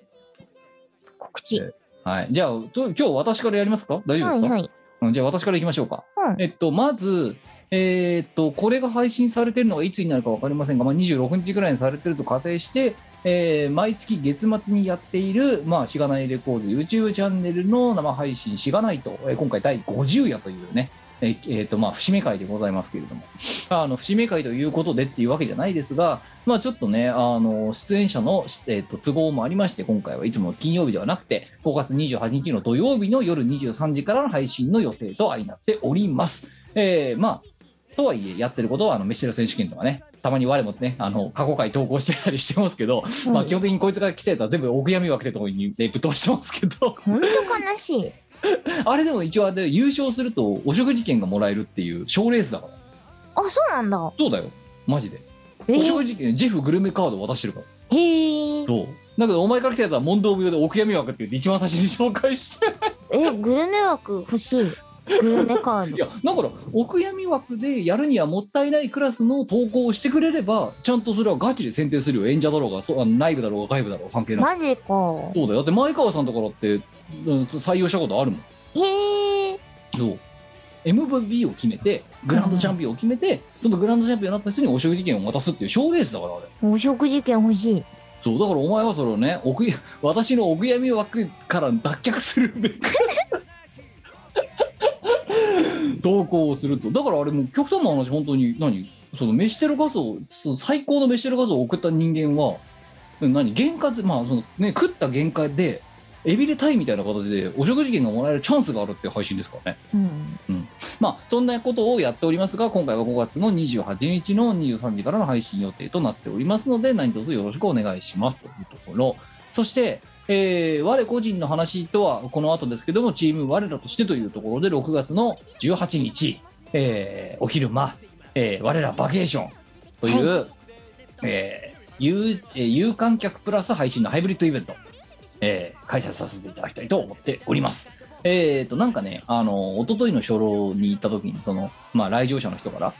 [SPEAKER 1] 告知。
[SPEAKER 3] えはいじゃあと今日私からやりますか大丈夫で
[SPEAKER 1] は
[SPEAKER 3] す
[SPEAKER 1] い
[SPEAKER 3] か、
[SPEAKER 1] はい。
[SPEAKER 3] うんじゃあ私からいきましょうか、
[SPEAKER 1] うん
[SPEAKER 3] えっとまずえーっとこれが配信されてるのがいつになるか分かりませんが、まあ、26日ぐらいにされてると仮定して、えー毎月月末にやっている、まあ、しがないレコード YouTube チャンネルの生配信しがないと、えー今回第50夜というねえーえーっとまあ、節目会でございますけれどもあの節目会ということでっていうわけじゃないですが、まあ、ちょっとねあの出演者の、えーっと都合もありまして今回はいつも金曜日ではなくて5月28日の土曜日の夜23時からの配信の予定と相なっております。えーまあとはいえやってることはあの飯テロ選手権とかねたまに我もねあの過去回投稿してたりしてますけど、まあ、基本的にこいつが来てたら全部お悔やみ枠ってところに、ね、ぶっ飛ばしてますけど。 [laughs]
[SPEAKER 1] 本当悲しい。
[SPEAKER 3] あれでも一応あれ優勝するとお食事券がもらえるっていう賞レースだから
[SPEAKER 1] あ、そうなんだ。
[SPEAKER 3] そうだよマジで、
[SPEAKER 1] え
[SPEAKER 3] お
[SPEAKER 1] ー
[SPEAKER 3] 食事券ジェフグルメカード渡してるから
[SPEAKER 1] へえ。
[SPEAKER 3] そうだけどお前から来たやつは問答無用でお悔やみ枠って言って一番最初に紹介して
[SPEAKER 1] え、グルメ枠欲しい。グルメカー
[SPEAKER 3] い
[SPEAKER 1] ド。
[SPEAKER 3] やだからお悔やみ枠でやるにはもったいないクラスの投稿をしてくれればちゃんとそれはガチで選定するよ演者だろうがそうあの内部だろうが外部だろうが関係ない
[SPEAKER 1] マジか。
[SPEAKER 3] そうだよだって前川さんとかだって、うん採用したことあるもん
[SPEAKER 1] へえ。
[SPEAKER 3] そう MVP を決めてグランドチャンピオンを決めて、そのグランドチャンピオンになった人にお食事券を渡すっていう賞レースだからあれ
[SPEAKER 1] お食事券欲しい。
[SPEAKER 3] そうだからお前はそれをねお悔や私のお悔やみ枠から脱却するべく [laughs] 投稿をするとだからあれもう極端な話本当に何その飯テロ画像その最高の飯テロ画像を送った人間は何原価まあその、ね、食った原価でエビでタイみたいな形でお食事券がもらえるチャンスがあるっていう配信ですからね
[SPEAKER 1] うん。
[SPEAKER 3] まあ、そんなことをやっておりますが、今回は5月の28日の23時からの配信予定となっておりますので、何卒よろしくお願いしますというところ。そして、えー我個人の話とはこの後ですけども、チーム我らとしてというところで、6月の18日、えーお昼間、えー我らバケーションという、えー有えー有観客プラス配信のハイブリッドイベント、えー開催させていただきたいと思っております。えー、となんかね、あの一昨日の初老に行った時にその、まあ、来場者の人から、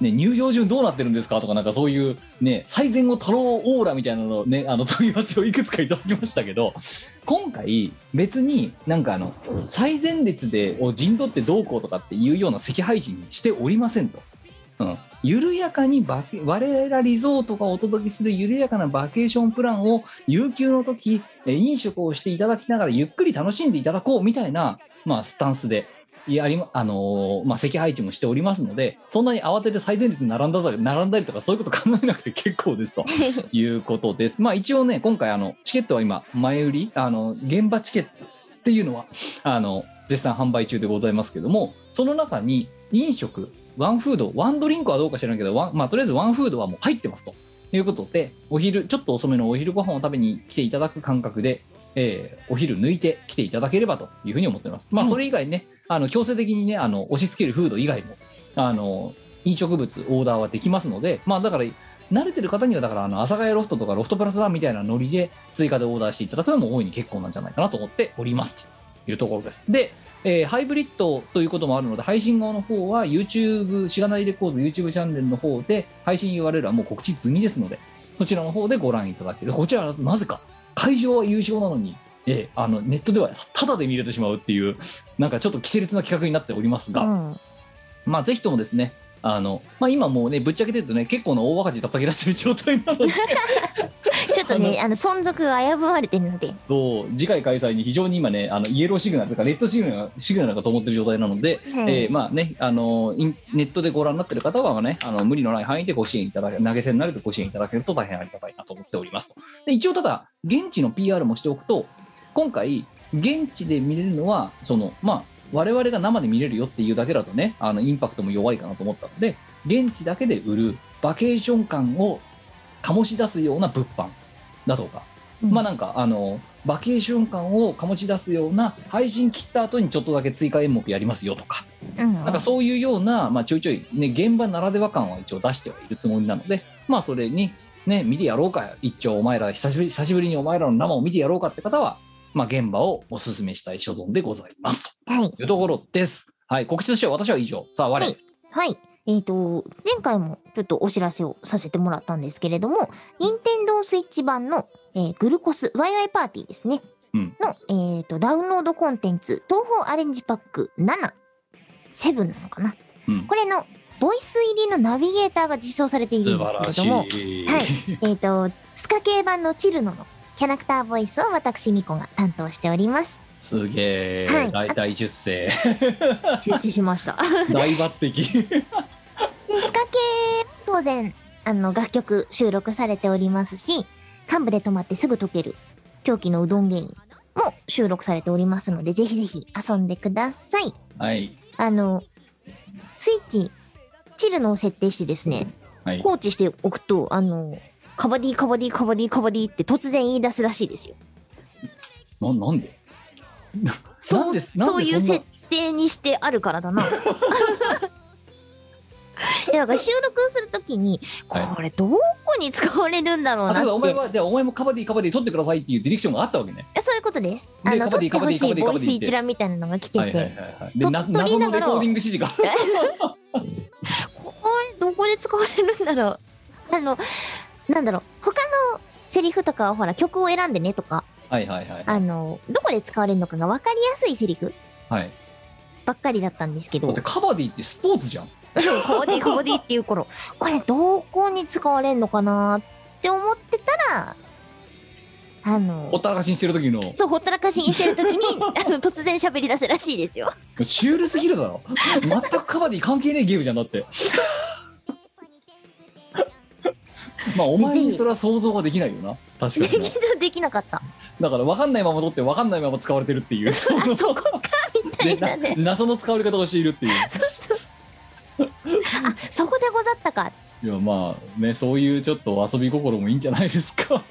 [SPEAKER 3] ね、入場順どうなってるんですかとか、なんかそういう、ね、最善を太郎オーラみたいなのを、ね、あの問い合わせをいくつかいただきましたけど、今回、別になんかあの最前列でを陣取ってどうこうとかっていうような席配置にしておりませんと。うん緩やかにバケ我らリゾートがお届けする緩やかなバケーションプランを有給の時えー飲食をしていただきながらゆっくり楽しんでいただこうみたいな、まあ、スタンスで。やりまあのーまあ、席配置もしておりますので、そんなに慌てて最前列に並んだとか並んだりとか、そういうこと考えなくて結構ですということです。まあ、一応ね、今回あの、チケットは今、前売りあの、現場チケットっていうのはあの絶賛販売中でございますけども、その中に飲食、ワンフード、ワンドリンクはどうか知らんけど、ワンまあ、とりあえずワンフードはもう入ってますと。ということで、お昼、ちょっと遅めのお昼ご飯を食べに来ていただく感覚で、えーお昼抜いて来ていただければというふうに思っております。まあ、それ以外ね、あの強制的にね、あの押し付けるフード以外も、あの飲食物、オーダーはできますので、まあ、だから、慣れてる方には、だから、あの、阿佐ヶ谷ロフトとかロフトプラスワンみたいなノリで、追加でオーダーしていただくのも大いに結構なんじゃないかなと思っておりますというところです。で、えーハイブリッドということもあるので、配信後の方は YouTube、しがないレコード YouTube チャンネルの方で、配信 URL はもう告知済みですので、そちらの方でご覧いただける。こちらはなぜか、会場は優勝なのに、えーあのネットではただで見れてしまうっていう、なんかちょっと奇烈な企画になっております
[SPEAKER 1] う
[SPEAKER 3] が、
[SPEAKER 1] ん。
[SPEAKER 3] まあ、ぜひともですね、あのまあ、今もうね、ぶっちゃけてるとね、結構な大赤字叩き出してる状態なので、
[SPEAKER 1] ちょっとね、あの、存続が危ぶまれてるので。
[SPEAKER 3] [laughs] そう次回開催に非常に今ね、あのイエローシグナルとか、レッドシグナルシグナルかと思ってる状態なので、
[SPEAKER 1] はい
[SPEAKER 3] えーまあね、あのインネットでご覧になってる方はね、あの無理のない範囲でご支援いただけ、投げ銭になるとご支援いただけると大変ありがたいなと思っておりますとで一応ただ、現地の PR もしておくと、今回、現地で見れるのは、その、まあ、我々が生で見れるよっていうだけだとね、あのインパクトも弱いかなと思ったので、現地だけで売るバケーション感を醸し出すような物販だとか、
[SPEAKER 1] うん
[SPEAKER 3] まあなんかあのバケーション感を醸し出すような配信切った後にちょっとだけ追加演目やりますよとか、
[SPEAKER 1] うん。
[SPEAKER 3] なんかそういうような、まあ、ちょいちょい、ね、現場ならでは感は一応出してはいるつもりなので、まあ、それに、ね、見てやろうか、一丁お前ら久しぶり、久しぶりにお前らの生を見てやろうかって方は、まあ、現場をお勧めしたい所存でございます
[SPEAKER 1] はい。
[SPEAKER 3] というところです。はい、告知としては私は以上。さあ、我、
[SPEAKER 1] はいはい。えっ、と、前回もちょっとお知らせをさせてもらったんですけれども、任天堂スイッチ版の、えーグルコスワイワイパーティーですね。
[SPEAKER 3] うん
[SPEAKER 1] の、えーと、ダウンロードコンテンツ、東宝アレンジパック7、セブンなのかな。
[SPEAKER 3] うん
[SPEAKER 1] これの、ボイス入りのナビゲーターが実装されているんですけれども、
[SPEAKER 3] い
[SPEAKER 1] はい。えっ、と、スカ系版のチルノのキャラクターボイスを私、ミコが担当しております。
[SPEAKER 3] すげえ、
[SPEAKER 1] はい
[SPEAKER 3] 大体10世、
[SPEAKER 1] [laughs] 出世しました。
[SPEAKER 3] 大抜擢。
[SPEAKER 1] で、スカ系、当然、あの、楽曲収録されておりますし、幹部で止まってすぐ溶ける、狂気のうどん芸人も収録されておりますので、ぜひぜひ遊んでください。
[SPEAKER 3] はい、
[SPEAKER 1] あの、スイッチ、チルノを設定してですね、
[SPEAKER 3] はい、
[SPEAKER 1] 放置しておくと、あの、カバディカバディカバディカバディって突然言い出すらしいですよ。
[SPEAKER 3] ななんでな
[SPEAKER 1] そ
[SPEAKER 3] ん
[SPEAKER 1] う、
[SPEAKER 3] でな
[SPEAKER 1] そ
[SPEAKER 3] んで
[SPEAKER 1] うい
[SPEAKER 3] そ
[SPEAKER 1] うん
[SPEAKER 3] な
[SPEAKER 1] 設定にしてあるからだな。 [laughs] いやだから収録するときに、
[SPEAKER 3] はい
[SPEAKER 1] これどこに使われるんだろう
[SPEAKER 3] あ
[SPEAKER 1] な
[SPEAKER 3] そうだお
[SPEAKER 1] っ
[SPEAKER 3] 前
[SPEAKER 1] て、
[SPEAKER 3] はじゃあお前もカバディカバディ取ってくださいっていうディレクションがあったわけね。
[SPEAKER 1] そういうことです。
[SPEAKER 3] で
[SPEAKER 1] あの、
[SPEAKER 3] カ
[SPEAKER 1] 撮
[SPEAKER 3] バデ
[SPEAKER 1] っ
[SPEAKER 3] ィ
[SPEAKER 1] てほ
[SPEAKER 3] カ
[SPEAKER 1] し
[SPEAKER 3] バ
[SPEAKER 1] い
[SPEAKER 3] ディカバ
[SPEAKER 1] ボ
[SPEAKER 3] ディ
[SPEAKER 1] イス一覧みたいなのが来て
[SPEAKER 3] はいはいはい
[SPEAKER 1] て、
[SPEAKER 3] はい。で
[SPEAKER 1] と
[SPEAKER 3] な
[SPEAKER 1] 撮りながら
[SPEAKER 3] 謎のレコーディング指示が。
[SPEAKER 1] これどこで使われるんだろう。あ [laughs] の、なんだろう、他のセリフとかはほら曲を選んでねとか、
[SPEAKER 3] はいはいはい
[SPEAKER 1] あの、どこで使われるのかが分かりやすいセリフ
[SPEAKER 3] はい。
[SPEAKER 1] ばっかりだったんですけ
[SPEAKER 3] だっ
[SPEAKER 1] ど
[SPEAKER 3] て、カバディってスポーツじゃん。
[SPEAKER 1] そうカバディカバディっていう頃これどこに使われんのかなって思ってたらあの
[SPEAKER 3] ほったらかしにしてる時の
[SPEAKER 1] そうほったらかしにしてるときに
[SPEAKER 3] [laughs]
[SPEAKER 1] あの突然喋り出すらしいですよ。
[SPEAKER 3] シュールすぎるだろ全くカバディ関係ねえゲームじゃんだって [laughs] まあお前にそれは想像ができないよな確
[SPEAKER 1] で
[SPEAKER 3] か
[SPEAKER 1] き
[SPEAKER 3] にな
[SPEAKER 1] できなかった。
[SPEAKER 3] [laughs] だから分かんないまま取って分かんないまま使われてるっていうそ
[SPEAKER 1] あ
[SPEAKER 3] の
[SPEAKER 1] そこかみたいなね
[SPEAKER 3] で。な謎の使われ方をしているっていう
[SPEAKER 1] あそこでござったか。
[SPEAKER 3] いやまあねそういうちょっと遊び心もいいんじゃないです
[SPEAKER 1] [laughs]
[SPEAKER 3] か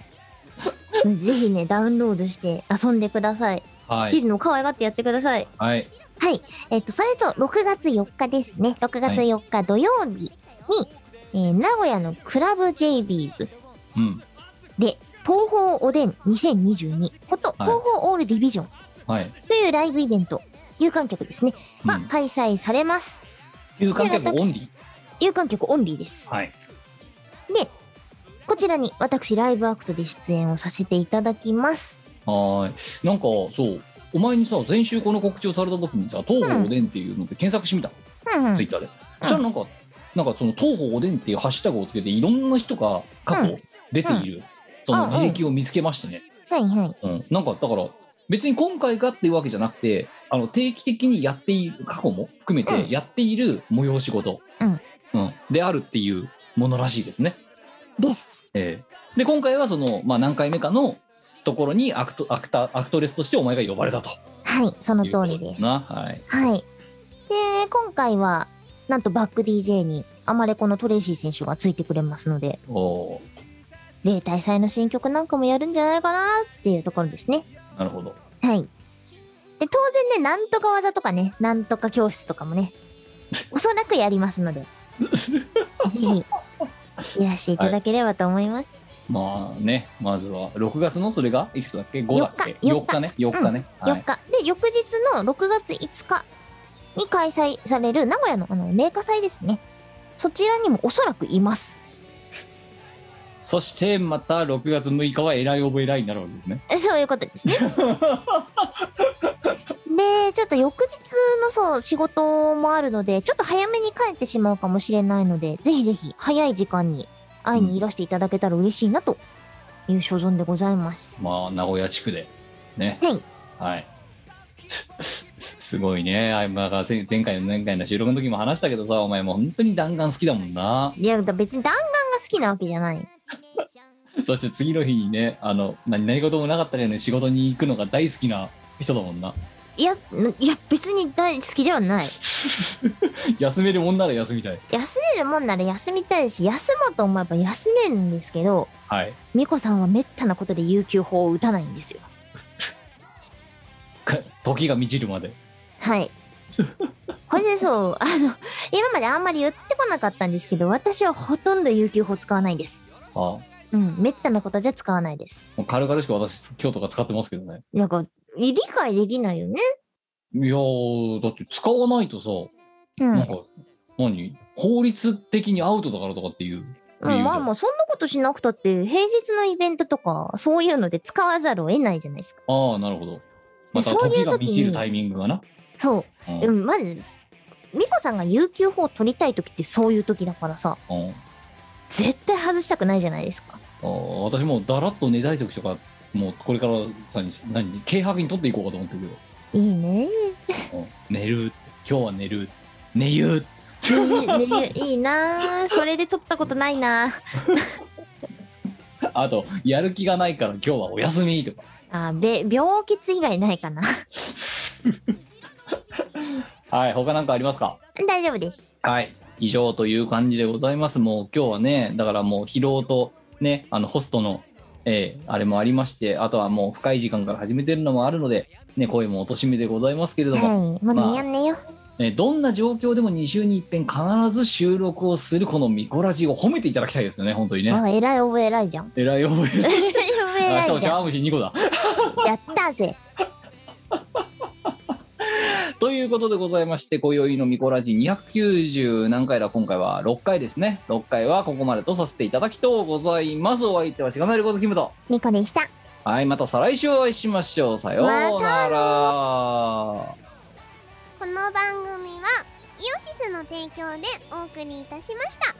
[SPEAKER 1] うんぜひねダウンロードして遊んでください。
[SPEAKER 3] は
[SPEAKER 1] キ
[SPEAKER 3] い
[SPEAKER 1] ルの可愛がってやってください。
[SPEAKER 3] はい
[SPEAKER 1] はい。えっ、と、それと、6月4日ですね。6月4日土曜日に、えー名古屋のクラブ JBs
[SPEAKER 3] うん
[SPEAKER 1] で、東方おでん2022こと、
[SPEAKER 3] はい
[SPEAKER 1] 東方オールディビジョン
[SPEAKER 3] はい
[SPEAKER 1] というライブイベント、有観客ですね。が
[SPEAKER 3] うん
[SPEAKER 1] 開催されます。
[SPEAKER 3] 有観客オンリ
[SPEAKER 1] 有観客オンリーです
[SPEAKER 3] ー。はい
[SPEAKER 1] こちらに私、ライブアクトで出演をさせていただきます。
[SPEAKER 3] はーいなんかそうお前にさ先週この告知をされた時にさ東方おでんっていうのって検索してみた
[SPEAKER 1] うんうん
[SPEAKER 3] ツイッターで。そしたらなんか、なんかその東方おでんっていうハッシュタグをつけて、いろんな人が過
[SPEAKER 1] う
[SPEAKER 3] 去出ている、その履歴を見つけましてね。
[SPEAKER 1] はいはい。
[SPEAKER 3] うん。なんかだから、別に今回がっていうわけじゃなくて、あの定期的にやっている、過去も含め
[SPEAKER 1] う
[SPEAKER 3] て
[SPEAKER 1] ん
[SPEAKER 3] やっている催し事、
[SPEAKER 1] うん
[SPEAKER 3] うんであるっていうものらしいですね。
[SPEAKER 1] です。
[SPEAKER 3] ええで、今回はその、まあ何回目かのところにアクトアクタアクトレスとしてお前が呼ばれたと
[SPEAKER 1] はい、その
[SPEAKER 3] いうこと
[SPEAKER 1] 通りです。
[SPEAKER 3] な。はい。
[SPEAKER 1] はい。で、今回は、なんとバック DJ に、アマレコのトレイシー選手がついてくれますので、
[SPEAKER 3] おー
[SPEAKER 1] 例大祭の新曲なんかもやるんじゃないかなっていうところですね。
[SPEAKER 3] なるほど。
[SPEAKER 1] はい。で、当然ね、なんとか技とかね、なんとか教室とか
[SPEAKER 3] [laughs]
[SPEAKER 1] もね、おそらくやりますので、ぜひ、いらしていただければと思います。
[SPEAKER 3] まあね、まずは6月のそれがいくつだっけ ?5 だっけ
[SPEAKER 1] 四日
[SPEAKER 3] ?4 日ね。4日ね。は
[SPEAKER 1] 4
[SPEAKER 3] い。
[SPEAKER 1] 日。で、翌日の6月5日に開催される名古屋のあの、名家祭ですね。そちらにもおそらくいます。
[SPEAKER 3] そしてまた6月6日は偉い覚え偉いになるわけですね。
[SPEAKER 1] えそういうことですね。で、ちょっと翌日のそう、仕事もあるので、ちょっと早めに帰ってしまうかもしれないので、ぜひぜひ早い時間に会いにいらしていただけたら嬉しいなという所存でございます。
[SPEAKER 3] まあ、名古屋地区で。ね。
[SPEAKER 1] はい。
[SPEAKER 3] はい。 [laughs] すごいね。あまあ前前回の前回の収録の時も話したけどさ、お前もう本当に弾丸好きだもんな。
[SPEAKER 1] いや、別に弾丸が好きなわけじゃない。
[SPEAKER 3] そして次の日にね、あの、何何事もなかったけどね、仕事に行くのが大好きな人だもんな。
[SPEAKER 1] いや、いや、別に大好きではない。
[SPEAKER 3] 休めるもんなら休みたい。
[SPEAKER 1] 休めるもんなら休みたいし、休もうと思えば休めるんですけど、
[SPEAKER 3] はい。
[SPEAKER 1] 美子さんは滅多なことで有給法を打たないんですよ。
[SPEAKER 3] か時が満ちるまで。
[SPEAKER 1] [laughs] はい。ほいでそう、あの、今まであんまり言ってこなかったんですけど、私はほとんど有給法使わないです。
[SPEAKER 3] ああ
[SPEAKER 1] うん、めったなことじゃ使わないです。
[SPEAKER 3] もう軽々しく私今日とか使ってますけどね
[SPEAKER 1] なんか、理解できないよね。
[SPEAKER 3] いやーだって使わないとさ、
[SPEAKER 1] う
[SPEAKER 3] なん
[SPEAKER 1] ん。
[SPEAKER 3] か何法律的にアウトだからとかっていう
[SPEAKER 1] う
[SPEAKER 3] 理由
[SPEAKER 1] ん、
[SPEAKER 3] で
[SPEAKER 1] まあまあ、そんなことしなくたって、平日のイベントとか、そういうので使わざるを得ないじゃないですか。
[SPEAKER 3] ああなるほどまた
[SPEAKER 1] そういう時
[SPEAKER 3] 時
[SPEAKER 1] に
[SPEAKER 3] が満ちるタイミングがな、
[SPEAKER 1] そうう。
[SPEAKER 3] ん
[SPEAKER 1] うん、まず、美子さんが有給法を取りたい時ってそういう時だからさ、
[SPEAKER 3] うんあ
[SPEAKER 1] 絶対外したくないじゃないですか。
[SPEAKER 3] あ私もうだらっと寝たい時とかもうこれからさに何軽薄に取っていこうかと思ってる
[SPEAKER 1] いいね。
[SPEAKER 3] けど、うん寝る今日は寝る寝ゆう [laughs]
[SPEAKER 1] ねねいいなそれで取ったことないな
[SPEAKER 3] あとやる気がないから今日はお休みとか
[SPEAKER 1] あべ病欠以外ないか [laughs] な
[SPEAKER 3] はい他なんかありますか
[SPEAKER 1] 大丈夫です
[SPEAKER 3] はい、以上という感じでございます。もう今日はね、だからもう疲労とね、あのホストの、えーあれもありまして、あとはもう深い時間から始めてるのもあるので、ね、声もおとしめでございますけれども、
[SPEAKER 1] はいもう
[SPEAKER 3] ま
[SPEAKER 1] 寝
[SPEAKER 3] あ
[SPEAKER 1] よう寝よう、
[SPEAKER 3] えーどんな状況でも2週に一遍必ず収録をするこのミコラジを褒めていただきたいですよね、本当にね。
[SPEAKER 1] あ偉い覚え偉いじゃん [laughs]
[SPEAKER 3] えらい覚え。
[SPEAKER 1] 偉い覚え
[SPEAKER 3] あ、
[SPEAKER 1] 偉
[SPEAKER 3] しかも
[SPEAKER 1] い
[SPEAKER 3] 茶
[SPEAKER 1] じゃん
[SPEAKER 3] 碗蒸し2個だ。 [laughs]
[SPEAKER 1] やったぜ
[SPEAKER 3] ということでございまして、今宵のミコラジ290何回だ、今回は6回ですね。6回はここまでとさせていただきとうございます。お相手はしがないることキムと。
[SPEAKER 1] みこでした
[SPEAKER 3] はい、また再来週お会いしましょう。さようなら。
[SPEAKER 5] この番組はイオシスの提供でお送りいたしました